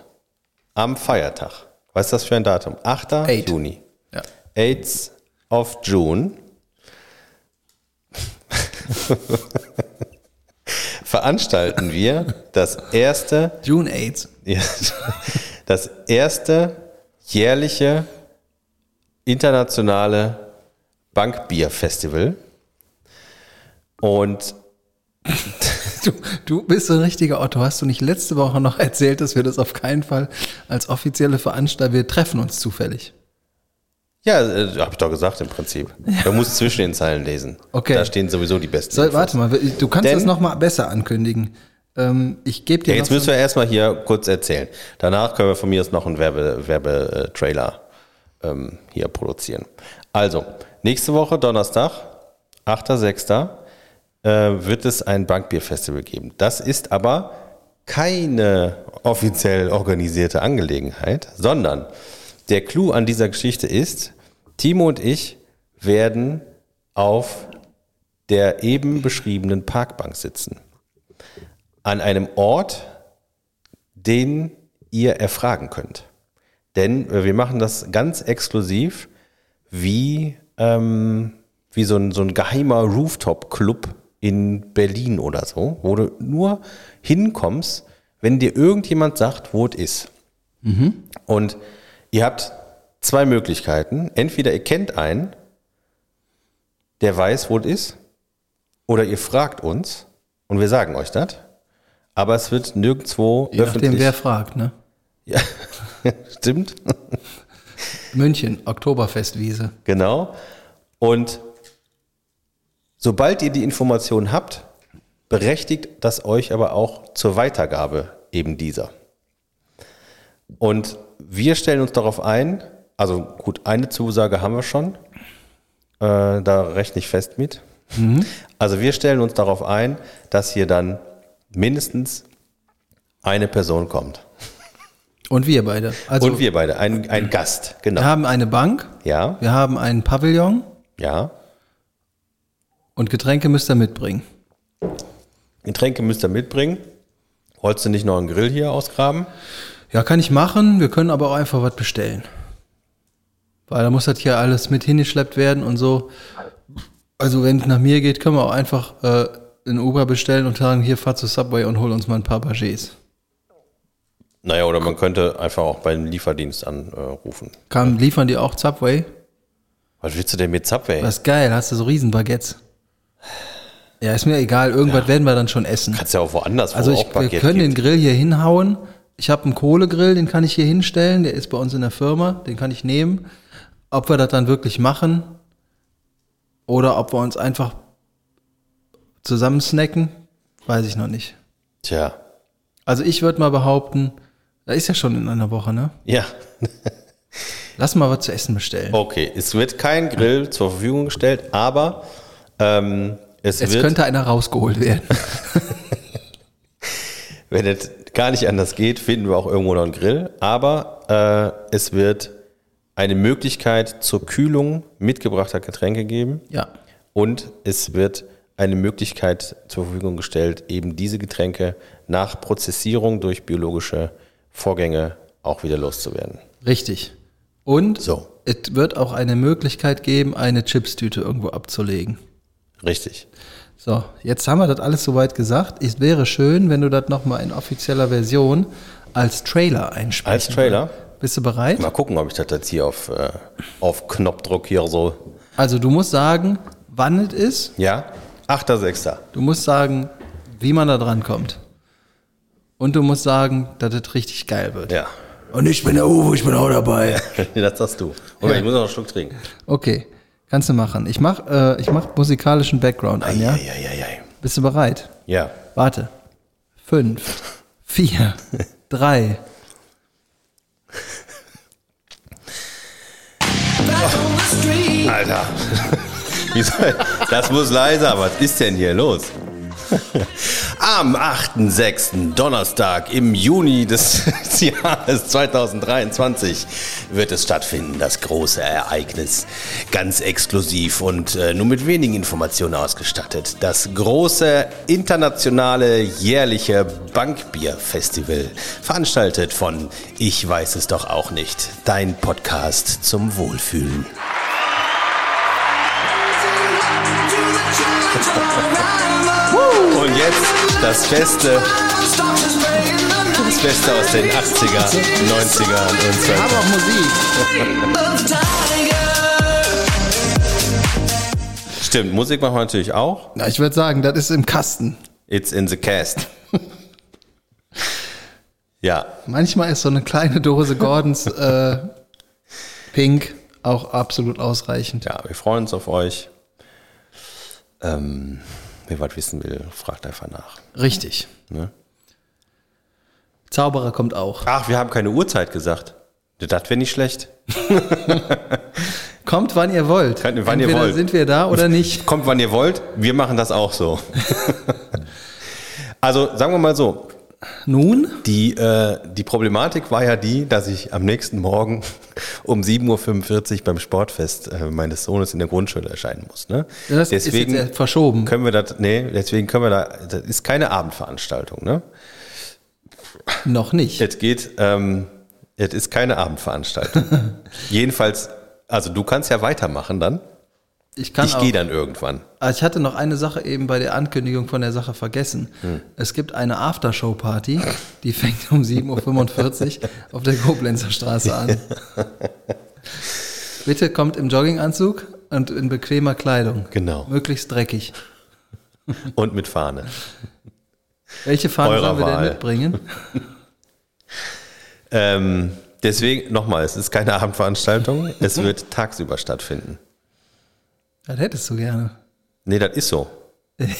A: am Feiertag, was ist das für ein Datum? 8.
B: Eight.
A: Juni.
B: Ja.
A: 8th of June veranstalten wir das erste,
B: June 8.
A: das erste jährliche internationale Bankbierfestival. Und
B: Du, du bist so ein richtiger Otto. Hast du nicht letzte Woche noch erzählt, dass wir das auf keinen Fall als offizielle Veranstaltung, wir treffen uns zufällig.
A: ja, äh, hab ich doch gesagt im Prinzip. Du musst zwischen den Zeilen lesen.
B: Okay.
A: Da stehen sowieso die besten.
B: So,
A: Infos.
B: warte mal, du kannst
A: Denn-
B: das nochmal besser ankündigen. Ähm, ich gebe dir
A: Ja, jetzt
B: noch
A: müssen wir erstmal hier kurz erzählen. Danach können wir von mir aus noch einen Werbetrailer Werbe, äh, Trailer, ähm, hier produzieren. Also, nächste Woche, Donnerstag, 8.6., äh, wird es ein Bankbierfestival geben. Das ist aber keine offiziell organisierte Angelegenheit, sondern der Clou an dieser Geschichte ist, Timo und ich werden auf der eben beschriebenen Parkbank sitzen. An einem Ort, den ihr erfragen könnt. Denn äh, wir machen das ganz exklusiv wie, ähm, wie so, ein, so ein geheimer Rooftop-Club in Berlin oder so, wo du nur hinkommst, wenn dir irgendjemand sagt, wo es ist.
B: Mhm.
A: Und ihr habt zwei Möglichkeiten. Entweder ihr kennt einen, der weiß, wo es ist, oder ihr fragt uns und wir sagen euch das. Aber es wird nirgendwo
B: Je nachdem,
A: öffentlich.
B: wer fragt, ne?
A: ja, stimmt.
B: München, Oktoberfestwiese.
A: Genau. Und sobald ihr die Information habt, berechtigt das euch aber auch zur Weitergabe eben dieser. Und wir stellen uns darauf ein, also gut, eine Zusage haben wir schon, äh, da rechne ich fest mit. Also wir stellen uns darauf ein, dass hier dann mindestens eine Person kommt.
B: Und wir beide. Also
A: Und wir beide, ein, ein Gast, genau.
B: wir haben eine Bank,
A: Ja,
B: wir haben einen Pavillon
A: ja.
B: und Getränke müsst ihr mitbringen.
A: Getränke müsst ihr mitbringen. Wolltest du nicht noch einen Grill hier ausgraben?
B: Ja, kann ich machen. Wir können aber auch einfach was bestellen. Weil da muss das hier alles mit hingeschleppt werden und so. Also wenn es nach mir geht, können wir auch einfach äh, einen Uber bestellen und sagen, hier fahr zur Subway und hol uns mal ein paar Bagés.
A: Naja, oder man könnte einfach auch beim Lieferdienst anrufen.
B: Kam, liefern die auch Subway?
A: Was willst du denn mit Subway?
B: Das ist geil, hast du so Riesenbaguettes. Ja, ist mir egal, irgendwas werden wir dann schon essen.
A: Kannst ja auch woanders, wo
B: Also
A: auch
B: ich, wir können den
A: gibt.
B: Grill hier hinhauen. Ich habe einen Kohlegrill, den kann ich hier hinstellen. Der ist bei uns in der Firma, den kann ich nehmen. Ob wir das dann wirklich machen oder ob wir uns einfach zusammen snacken, weiß ich noch nicht.
A: Tja,
B: Also ich würde mal behaupten, da ist ja schon in einer Woche, ne?
A: ja.
B: Lass mal was zu essen bestellen.
A: Okay, es wird kein Grill zur Verfügung gestellt, aber ähm, es,
B: Jetzt
A: wird,
B: könnte einer rausgeholt werden.
A: wenn es gar nicht anders geht, finden wir auch irgendwo noch einen Grill. Aber äh, es wird eine Möglichkeit zur Kühlung mitgebrachter Getränke geben.
B: ja.
A: Und es wird eine Möglichkeit zur Verfügung gestellt, eben diese Getränke nach Prozessierung durch biologische Vorgänge auch wieder loszuwerden.
B: Richtig. Und
A: So.
B: es wird auch eine Möglichkeit geben, eine Chipstüte irgendwo abzulegen.
A: Richtig.
B: So, jetzt haben wir das alles soweit gesagt. Es wäre schön, wenn du das nochmal in offizieller Version als Trailer einsprichst.
A: Als Trailer.
B: Bist du bereit?
A: Mal gucken, ob ich das jetzt hier auf, äh, auf Knopfdruck hier so.
B: Also du musst sagen, wann es ist.
A: Ja? Achter, Sechster.
B: Du musst sagen, wie man da dran kommt. Und du musst sagen, dass es richtig geil wird.
A: Ja.
B: Und ich bin der Uwe, ich bin auch dabei.
A: das sagst du. Oder ich muss noch einen Schluck trinken.
B: Okay, kannst du machen. Ich mach, äh, ich mach musikalischen Background an, ja?
A: ja, ja, ja.
B: Bist du bereit?
A: Ja.
B: Warte. Fünf, vier, drei.
A: Alter. Wieso? Das muss leiser. Was ist denn hier los? Am 8.6. Donnerstag im Juni des Jahres 2023 wird es stattfinden, das große Ereignis. Ganz exklusiv und äh, nur mit wenigen Informationen ausgestattet. Das große internationale jährliche Bankbierfestival. Veranstaltet von Ich weiß es doch auch nicht. Dein Podcast zum Wohlfühlen. Und jetzt das Beste, das Beste aus den 80er, 90er und 2000
B: auch Musik.
A: Stimmt, Musik machen wir natürlich auch.
B: Na, ich würde sagen, das ist im Kasten.
A: It's in the cast. Ja,
B: Manchmal ist so eine kleine Dose Gordons äh, Pink auch absolut ausreichend.
A: ja, wir freuen uns auf euch. Ähm, wer was wissen will, fragt einfach nach.
B: Richtig.
A: Ne?
B: Zauberer kommt auch.
A: Ach, wir haben keine Uhrzeit gesagt. Das wäre nicht schlecht.
B: Kommt, wann ihr wollt.
A: Könnt- wann ihr
B: Entweder
A: wollt.
B: sind wir da oder nicht.
A: Kommt, wann ihr wollt. Wir machen das auch so. also sagen wir mal so,
B: Nun?
A: Die, äh, die Problematik war ja die, dass ich am nächsten Morgen um 7.45 Uhr beim Sportfest äh, meines Sohnes in der Grundschule erscheinen muss. Ne?
B: Das ist jetzt äh, verschoben.
A: können wir das, nee, deswegen können wir da, das ist keine Abendveranstaltung. Ne?
B: Noch nicht.
A: Jetzt geht, ähm, es ist keine Abendveranstaltung. Jedenfalls, also du kannst ja weitermachen dann.
B: Ich kann
A: ich
B: auch.
A: gehe dann irgendwann.
B: Also ich hatte noch eine Sache eben bei der Ankündigung von der Sache vergessen.
A: Hm.
B: Es gibt eine Aftershow-Party, die fängt um 7.45 Uhr auf der Koblenzer Straße an. Bitte kommt im Jogginganzug und in bequemer Kleidung.
A: Genau.
B: Möglichst dreckig.
A: Und mit Fahne.
B: Welche Fahne
A: Eurer
B: sollen wir denn
A: Wahl.
B: mitbringen?
A: Ähm, deswegen nochmal, es ist keine Abendveranstaltung. es wird tagsüber stattfinden.
B: Das hättest du gerne.
A: Nee, das ist so. Ich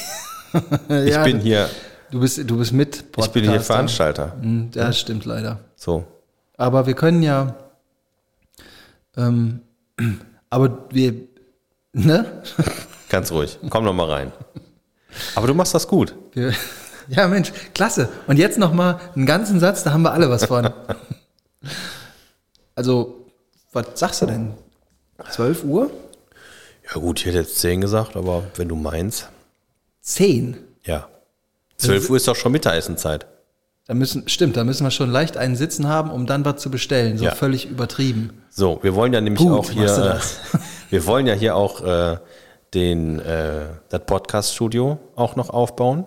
B: Ja,
A: bin hier,
B: Du bist, du bist mit
A: ich bin hier
B: Podcaster.
A: Veranstalter.
B: Hm, Ja, stimmt leider.
A: So.
B: Aber wir können ja. Ähm, aber wir. Ne?
A: Ganz ruhig. Komm noch mal rein. Aber du machst das gut.
B: Wir, ja, Mensch, klasse. Und jetzt nochmal einen ganzen Satz, da haben wir alle was von. Also, was sagst du denn? 12 Uhr?
A: Ja gut, ich hätte jetzt 10 gesagt, aber wenn du meinst.
B: 10.
A: Ja. 12 Uhr ist doch schon Mittagessenzeit.
B: Da müssen, stimmt, da müssen wir schon leicht einen Sitzen haben, um dann was zu bestellen. So
A: Ja.
B: völlig übertrieben.
A: So, wir wollen ja nämlich
B: Gut,
A: auch hier,
B: machst du
A: äh,
B: das.
A: wir wollen ja hier auch äh, den, äh, das Podcast-Studio auch noch aufbauen.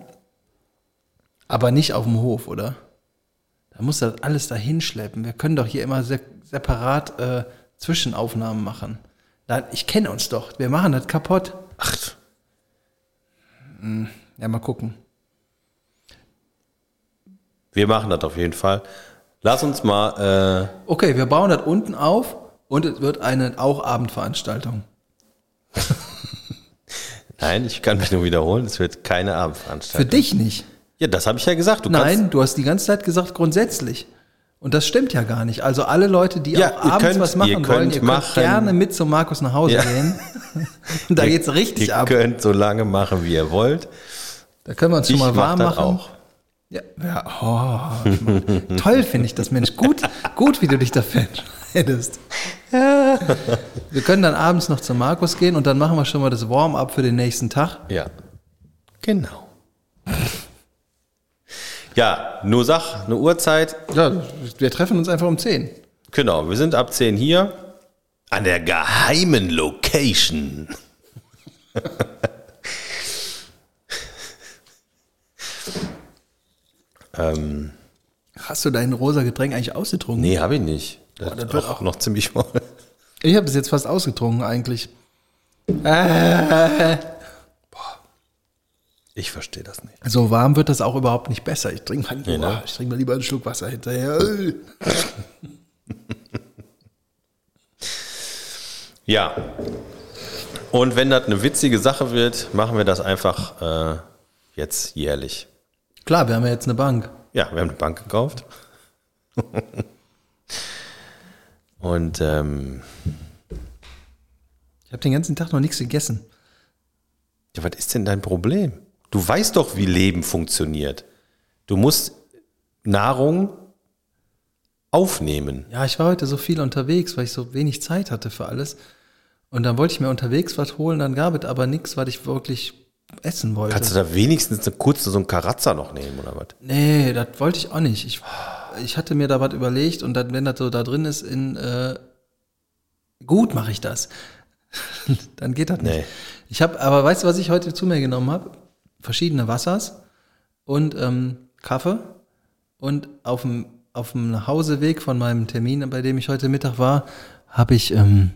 B: Aber nicht auf dem Hof, oder? Da muss das alles da hinschleppen. Wir können doch hier immer se separat äh, Zwischenaufnahmen machen. Da, ich kenne uns doch. Wir machen das kaputt.
A: Ach,
B: Ja, mal gucken.
A: wir machen das auf jeden Fall. Lass uns mal, äh,
B: Okay, wir bauen das unten auf und es wird eine auch Abendveranstaltung.
A: nein, ich kann mich nur wiederholen, es wird keine
B: Für
A: Abendveranstaltung.
B: dich nicht.
A: Ja, das habe ich ja gesagt. Du kannst,
B: Nein, du hast die ganze Zeit gesagt, grundsätzlich. Und das stimmt ja gar nicht. Also alle Leute, die
A: Ja,
B: auch
A: ihr
B: abends
A: könnt-
B: was machen
A: ihr könnt
B: wollen, ihr
A: machen.
B: könnt gerne mit zu Markus nach Hause
A: Ja.
B: gehen. da geht's richtig
A: ihr
B: ab.
A: könnt so lange machen, wie ihr wollt.
B: Da können wir uns schon
A: Ich
B: mal
A: mach
B: warm
A: das
B: machen.
A: auch.
B: Ja, ja. Oh, Mann. toll finde ich das, Mensch. Gut, gut, wie du dich dafür entscheidest. Wir können dann abends noch zu Markus gehen und dann machen wir schon mal das Warm-up für den nächsten Tag.
A: Ja. Genau. ja, nur Sach, eine Uhrzeit.
B: Ja, wir treffen uns einfach um 10.
A: Genau, wir sind ab 10 hier. An der geheimen Location. ähm,
B: Hast du dein rosa Getränk eigentlich ausgetrunken?
A: nee, habe ich nicht. Das,
B: das
A: ist
B: wird
A: auch, noch ziemlich voll.
B: Ich habe es jetzt fast ausgetrunken eigentlich.
A: Ich verstehe das nicht.
B: So warm wird das auch überhaupt nicht besser. Ich trinke mal,
A: ne?
B: Boah, ich trinke mal lieber einen Schluck Wasser hinterher.
A: Ja. Und wenn das eine witzige Sache wird, machen wir das einfach äh, jetzt jährlich.
B: Klar, wir haben ja jetzt eine Bank.
A: Ja, wir haben eine Bank gekauft. Und ähm,
B: Ich habe den ganzen Tag noch nichts gegessen.
A: ja, was ist denn dein Problem? Du weißt doch, wie Leben funktioniert. Du musst Nahrung aufnehmen.
B: Ja, ich war heute so viel unterwegs, weil ich so wenig Zeit hatte für alles. Und dann wollte ich mir unterwegs was holen, dann gab es aber nichts, was ich wirklich essen wollte.
A: Kannst du da wenigstens eine kurze so einen Karatzer noch nehmen oder was?
B: nee, das wollte ich auch nicht. Ich, ich hatte mir da was überlegt und dann, wenn das so da drin ist, in äh, gut mache ich das. dann geht das nicht.
A: Nee.
B: Ich habe, aber weißt du, was ich heute zu mir genommen habe? Verschiedene Wassers und ähm, Kaffee. Und auf dem, auf dem Nachhauseweg von meinem Termin, bei dem ich heute Mittag war, habe ich, ähm,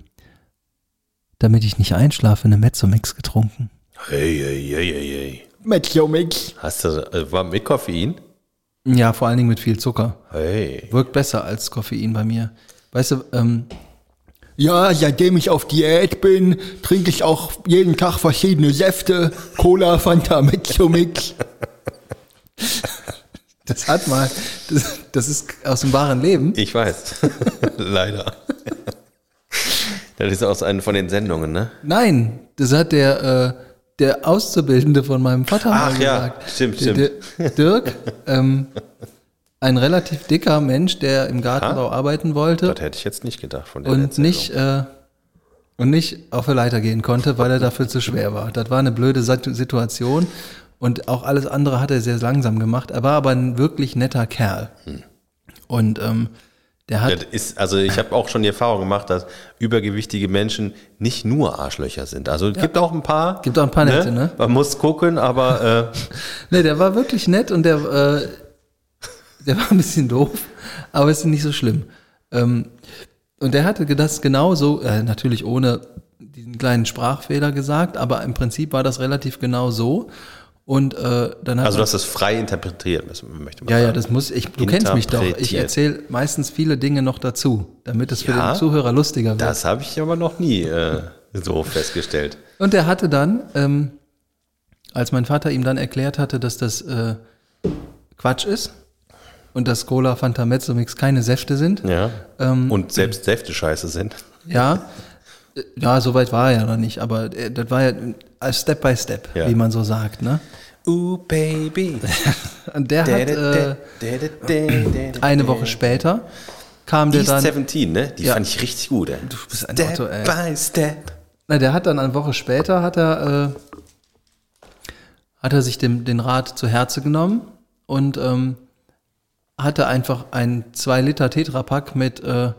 B: damit ich nicht einschlafe, eine Mezzomix getrunken.
A: Hey, hey, hey, hey, hey.
B: Mezzomix?
A: Hast du, äh, war mit Koffein?
B: Ja, vor allen Dingen mit viel Zucker.
A: Hey.
B: Wirkt besser als Koffein bei mir. Weißt du, ähm, ja, seitdem ich auf Diät bin, trinke ich auch jeden Tag verschiedene Säfte. Cola, Fanta, Mix. Das hat mal, das, das ist aus dem wahren Leben.
A: Ich weiß. Leider. das ist aus einer von den Sendungen, ne?
B: Nein, das hat der, äh, der Auszubildende von meinem Vater
A: Ach
B: mal
A: ja,
B: gesagt.
A: stimmt,
B: Der-
A: stimmt.
B: der Dirk, ähm, ein relativ dicker Mensch, der im Gartenbau arbeiten wollte
A: Das hätte ich jetzt nicht gedacht von der
B: und
A: Erzählung.
B: nicht, äh, und nicht auf der Leiter gehen konnte, weil er dafür zu schwer war. Das war eine blöde Sat- Situation und auch alles andere hat er sehr langsam gemacht. Er war aber ein wirklich netter Kerl. Und ähm, der hat
A: Hm. Ja, das ist, also ich habe auch schon die Erfahrung gemacht, dass übergewichtige Menschen nicht nur Arschlöcher sind. Also es gibt auch ein paar.
B: Gibt auch ein paar nette, ne?
A: Man muss gucken, aber äh,
B: Nee, der war wirklich nett und der, äh, der war ein bisschen doof, aber es ist nicht so schlimm. Ähm, und der hatte das genauso, äh, natürlich ohne diesen kleinen Sprachfehler gesagt, aber im Prinzip war das relativ genau so. Und äh, dann hat
A: also
B: man-
A: das ist frei interpretiert, das möchte man
B: ja, ja,
A: sagen.
B: das muss ich. Du kennst mich doch. Ich
A: Interpretiert.
B: erzähle meistens viele Dinge noch dazu, damit es für
A: Ja.
B: den Zuhörer lustiger wird.
A: Das habe ich aber noch nie äh, so festgestellt.
B: Und der hatte dann, ähm, als mein Vater ihm dann erklärt hatte, dass das äh, Quatsch ist und dass Cola, Fanta, Mezzomix keine Säfte sind,
A: Ja.
B: Ähm,
A: Und selbst Säfte scheiße sind.
B: ja, äh, ja, soweit war er ja noch nicht, aber äh, das war ja äh, Step by Step,
A: Ja.
B: wie man so sagt, ne?
A: Ooh, baby.
B: Und der hat äh, eine
A: Eine
B: Woche später kam der
A: Die
B: dann,
A: 17, ne? Die
B: Ja.
A: fand ich richtig gut. Ey. Du
B: bist ein
A: step
B: Otto, ey.
A: by step.
B: na, der hat dann eine Woche später hat er äh, hat er sich dem, den Rat zu Herze genommen und ähm, hatte einfach ein 2-Liter Tetrapack mit äh,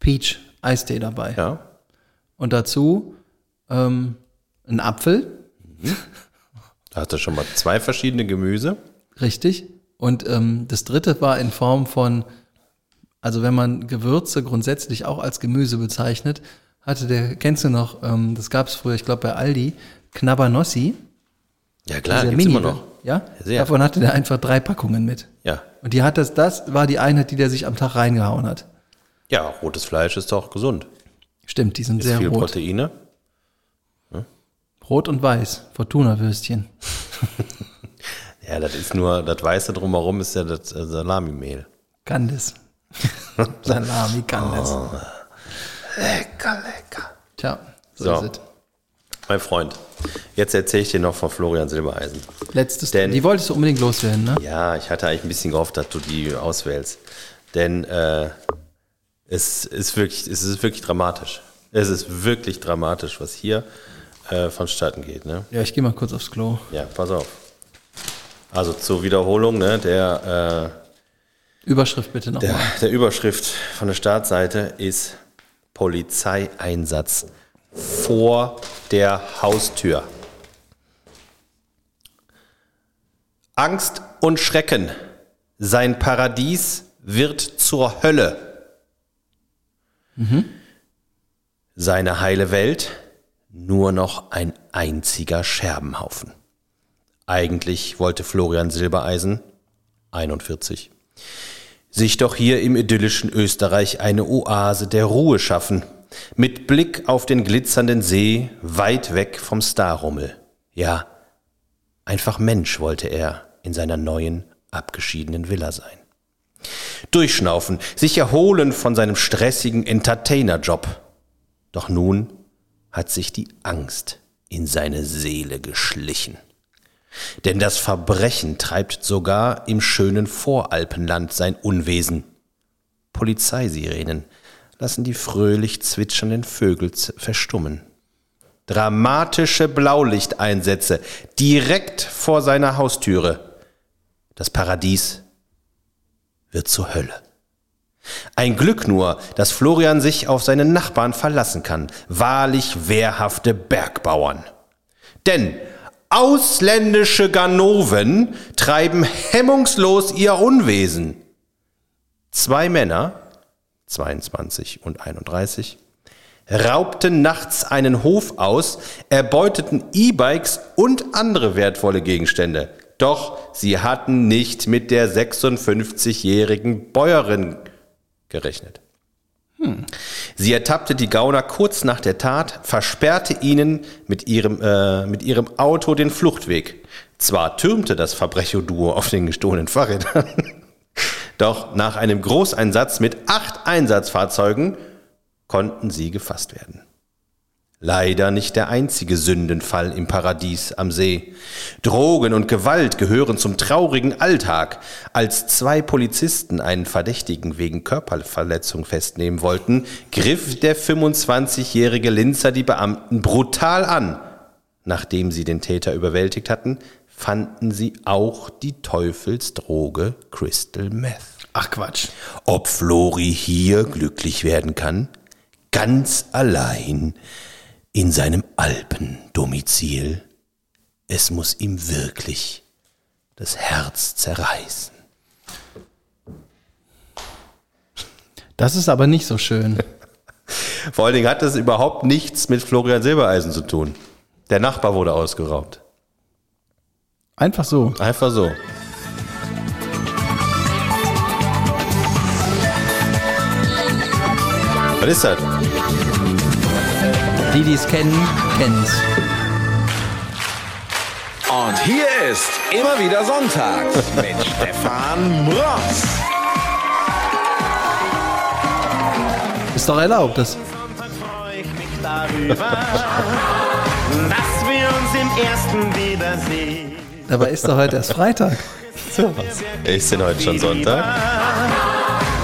B: Peach-Eistee dabei.
A: Ja.
B: Und dazu ähm, einen Apfel,
A: Da hast du schon mal zwei verschiedene Gemüse.
B: richtig. Und ähm, das dritte war in Form von, also wenn man Gewürze grundsätzlich auch als Gemüse bezeichnet, hatte der, kennst du noch, ähm, das gab es früher, ich glaube bei Aldi, Knabbernossi.
A: Ja, klar,
B: Dieser
A: Ah, gibt's immer
B: Mini- ne?
A: noch.
B: Ja,
A: Sehr.
B: davon hatte der einfach drei Packungen mit.
A: Ja.
B: Und die hat das, das war die Einheit, die der sich am Tag reingehauen hat.
A: Ja, rotes Fleisch ist doch gesund.
B: Stimmt, die sind
A: Ist
B: sehr
A: viel
B: rot.
A: Proteine.
B: Rot und weiß, Fortuna-Würstchen.
A: Ja, das ist nur, das Weiße drumherum ist ja das äh, Salamimehl.
B: Candice. Salami Candice.
A: Oh. Lecker, lecker.
B: Tja, so,
A: So.
B: ist
A: Mein Freund, jetzt erzähle ich dir noch von Florian Silbereisen.
B: es. Letztes,
A: Denn-
B: die wolltest du unbedingt loswerden, ne?
A: Ja, ich hatte eigentlich ein bisschen gehofft, dass du die auswählst. Denn äh, es, ist wirklich, es ist wirklich dramatisch. Es ist wirklich dramatisch, was hier äh, vonstatten geht. Ne?
B: Ja, ich gehe mal kurz aufs Klo.
A: Ja, pass auf. Also zur Wiederholung, ne, der, äh,
B: Überschrift bitte noch.
A: der,
B: mal.
A: der Überschrift von der Startseite ist Polizeieinsatz vor der Haustür. Angst und Schrecken. Sein Paradies wird zur Hölle. Seine heile Welt nur noch ein einziger Scherbenhaufen. Eigentlich wollte Florian Silbereisen 41 sich doch hier im idyllischen Österreich eine Oase der Ruhe schaffen, mit Blick auf den glitzernden See weit weg vom Starrummel. Ja, einfach Mensch wollte er in seiner neuen, abgeschiedenen Villa sein. Durchschnaufen, sich erholen von seinem stressigen Entertainer-Job. Doch nun hat sich die Angst in seine Seele geschlichen. Denn das Verbrechen treibt sogar im schönen Voralpenland sein Unwesen. Polizeisirenen lassen die fröhlich zwitschernden Vögel z- verstummen. Dramatische Blaulichteinsätze direkt vor seiner Haustüre. Das Paradies wird zur Hölle. Ein Glück nur, dass Florian sich auf seine Nachbarn verlassen kann. Wahrlich wehrhafte Bergbauern. Denn ausländische Ganoven treiben hemmungslos ihr Unwesen. Zwei Männer, 22 und 31, raubten nachts einen Hof aus, erbeuteten E-Bikes und andere wertvolle Gegenstände. Doch sie hatten nicht mit der 56-jährigen Bäuerin gerechnet. Sie ertappte die Gauner kurz nach der Tat, versperrte ihnen mit ihrem, äh, mit ihrem Auto den Fluchtweg. Zwar türmte das Verbrecherduo auf den gestohlenen Fahrrädern, doch nach einem Großeinsatz mit acht Einsatzfahrzeugen konnten sie gefasst werden. Leider nicht der einzige Sündenfall im Paradies am See. Drogen und Gewalt gehören zum traurigen Alltag. Als zwei Polizisten einen Verdächtigen wegen Körperverletzung festnehmen wollten, griff der 25-jährige Linzer die Beamten brutal an. Nachdem sie den Täter überwältigt hatten, fanden sie auch die Teufelsdroge Crystal Meth.
B: Ach Quatsch.
A: Ob Flori hier glücklich werden kann? Ganz allein in seinem Alpendomizil. Es muss ihm wirklich das Herz zerreißen.
B: Das ist aber nicht so schön.
A: Vor allen Dingen hat das überhaupt nichts mit Florian Silbereisen zu tun. Der Nachbar wurde ausgeraubt.
B: Einfach so.
A: Einfach so. Was ist das?
B: Die, die es kennen, kennen's.
D: Und hier ist immer wieder Sonntag mit Stefan Ross.
B: Ist doch erlaubt, das.
E: Sonntag freue ich mich darüber, dass wir uns im ersten Wiedersehen.
B: Dabei ist doch heute erst Freitag.
A: Ist denn heute schon Sonntag?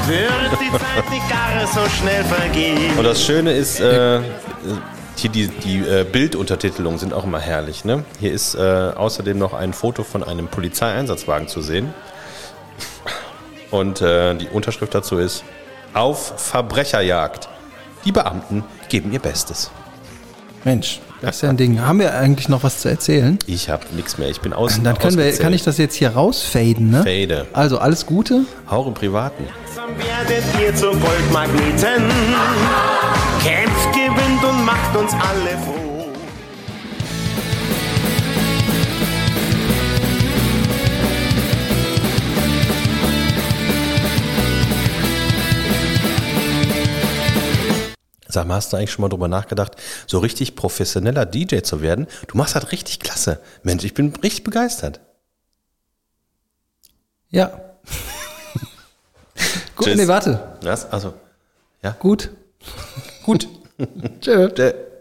E: Wird die Zeit nicht gar so schnell vergehen.
A: Und das Schöne ist, äh, hier die, die äh, Bilduntertitelungen sind auch immer herrlich. Ne? Hier ist äh, außerdem noch ein Foto von einem Polizeieinsatzwagen zu sehen. Und äh, die Unterschrift dazu ist: Auf Verbrecherjagd. Die Beamten geben ihr Bestes.
B: Mensch, das ist ja ein Ding. Haben wir eigentlich noch was zu erzählen?
A: Ich habe nichts mehr. Ich bin aus.
B: Dann können wir, kann ich das jetzt hier rausfaden, ne?
A: Fade.
B: Also alles Gute.
A: Auch im Privaten.
E: Langsam werdet ihr zu Goldmagneten. Kämpft, gewinnt und macht uns alle froh.
A: Sag mal, hast du eigentlich schon mal drüber nachgedacht, so richtig professioneller DJ zu werden? Du machst das richtig klasse. Mensch, ich bin richtig begeistert.
B: Ja. Gut,
A: Tschüss.
B: nee, warte.
A: Was? Also,
B: Gut.
A: gut.
B: Tschö.
A: Äh,